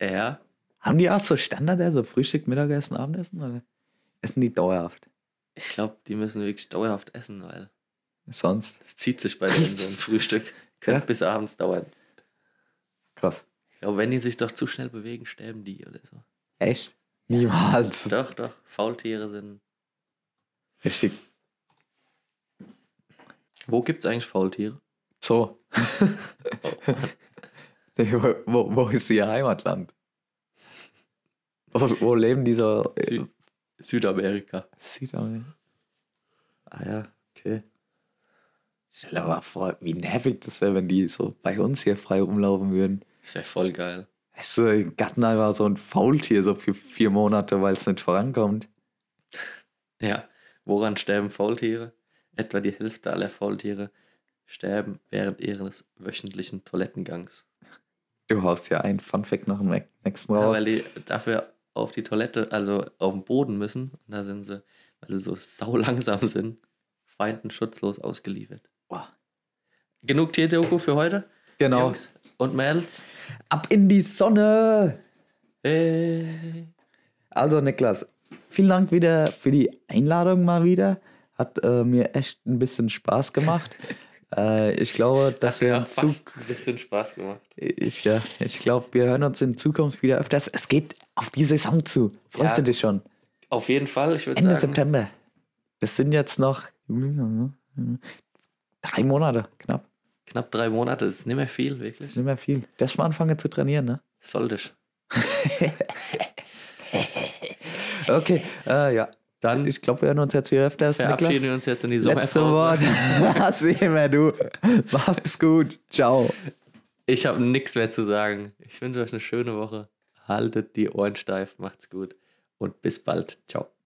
[SPEAKER 1] Ja,
[SPEAKER 2] Haben die auch so Standard, also Frühstück, Mittagessen, Abendessen? Oder essen die dauerhaft?
[SPEAKER 1] Ich glaube, die müssen wirklich dauerhaft essen, weil
[SPEAKER 2] Sonst?
[SPEAKER 1] es zieht sich bei denen so ein Frühstück. Könnte bis abends dauern.
[SPEAKER 2] Krass.
[SPEAKER 1] Ich glaube, wenn die sich doch zu schnell bewegen, sterben die oder so.
[SPEAKER 2] Echt? Niemals.
[SPEAKER 1] Doch, doch. Faultiere sind.
[SPEAKER 2] Richtig.
[SPEAKER 1] Wo gibt es eigentlich Faultiere?
[SPEAKER 2] So.
[SPEAKER 1] Oh,
[SPEAKER 2] Nee, wo, wo, wo ist ihr Heimatland? Wo, wo leben die so? Äh,
[SPEAKER 1] Sü Südamerika.
[SPEAKER 2] Südamerika. Ah ja, okay. Stell dir mal vor, wie nervig das wäre, wenn die so bei uns hier frei rumlaufen würden.
[SPEAKER 1] Das wäre voll geil.
[SPEAKER 2] Weißt du, im Garten einfach so ein Faultier so für vier Monate, weil es nicht vorankommt.
[SPEAKER 1] Ja. Woran sterben Faultiere? Etwa die Hälfte aller Faultiere sterben während ihres wöchentlichen Toilettengangs.
[SPEAKER 2] Du haust ja einen Funfact nach dem nä- nächsten
[SPEAKER 1] Ja,
[SPEAKER 2] raus.
[SPEAKER 1] weil die dafür auf die Toilette, also auf den Boden müssen. Und da sind sie, weil sie so sau langsam sind, Feinden schutzlos ausgeliefert.
[SPEAKER 2] Boah.
[SPEAKER 1] Genug Tierdoku für heute.
[SPEAKER 2] Genau.
[SPEAKER 1] Jungs und Mädels.
[SPEAKER 2] Ab in die Sonne!
[SPEAKER 1] Äh, Hey.
[SPEAKER 2] Also, Niklas, vielen Dank wieder für die Einladung mal wieder. Hat äh, mir echt ein bisschen Spaß gemacht. äh, ich glaube, dass wir
[SPEAKER 1] Ja,
[SPEAKER 2] uns zu
[SPEAKER 1] fast ein bisschen Spaß gemacht.
[SPEAKER 2] ich, ja, ich glaube, wir hören uns in Zukunft wieder öfters. Es geht auf die Saison zu. Freust
[SPEAKER 1] Ja.
[SPEAKER 2] du dich schon?
[SPEAKER 1] Auf jeden Fall, ich würde
[SPEAKER 2] Ende
[SPEAKER 1] sagen,
[SPEAKER 2] September. Das sind jetzt noch drei Monate, knapp.
[SPEAKER 1] knapp drei Monate, das ist nicht mehr viel,
[SPEAKER 2] Das ist
[SPEAKER 1] wirklich.
[SPEAKER 2] nicht mehr viel. Darfst mal anfangen zu trainieren, ne?
[SPEAKER 1] Sollte ich.
[SPEAKER 2] Okay, äh, ja.
[SPEAKER 1] Dann
[SPEAKER 2] Ich glaube, wir hören uns jetzt wieder öfters.
[SPEAKER 1] verabschieden
[SPEAKER 2] Niklas,
[SPEAKER 1] wir uns jetzt in die
[SPEAKER 2] letzte
[SPEAKER 1] Sommerpause.
[SPEAKER 2] Wort. Was immer du. Mach's gut. Ciao.
[SPEAKER 1] Ich habe nichts mehr zu sagen. Ich wünsche euch eine schöne Woche. Haltet die Ohren steif, macht's gut und bis bald. Ciao.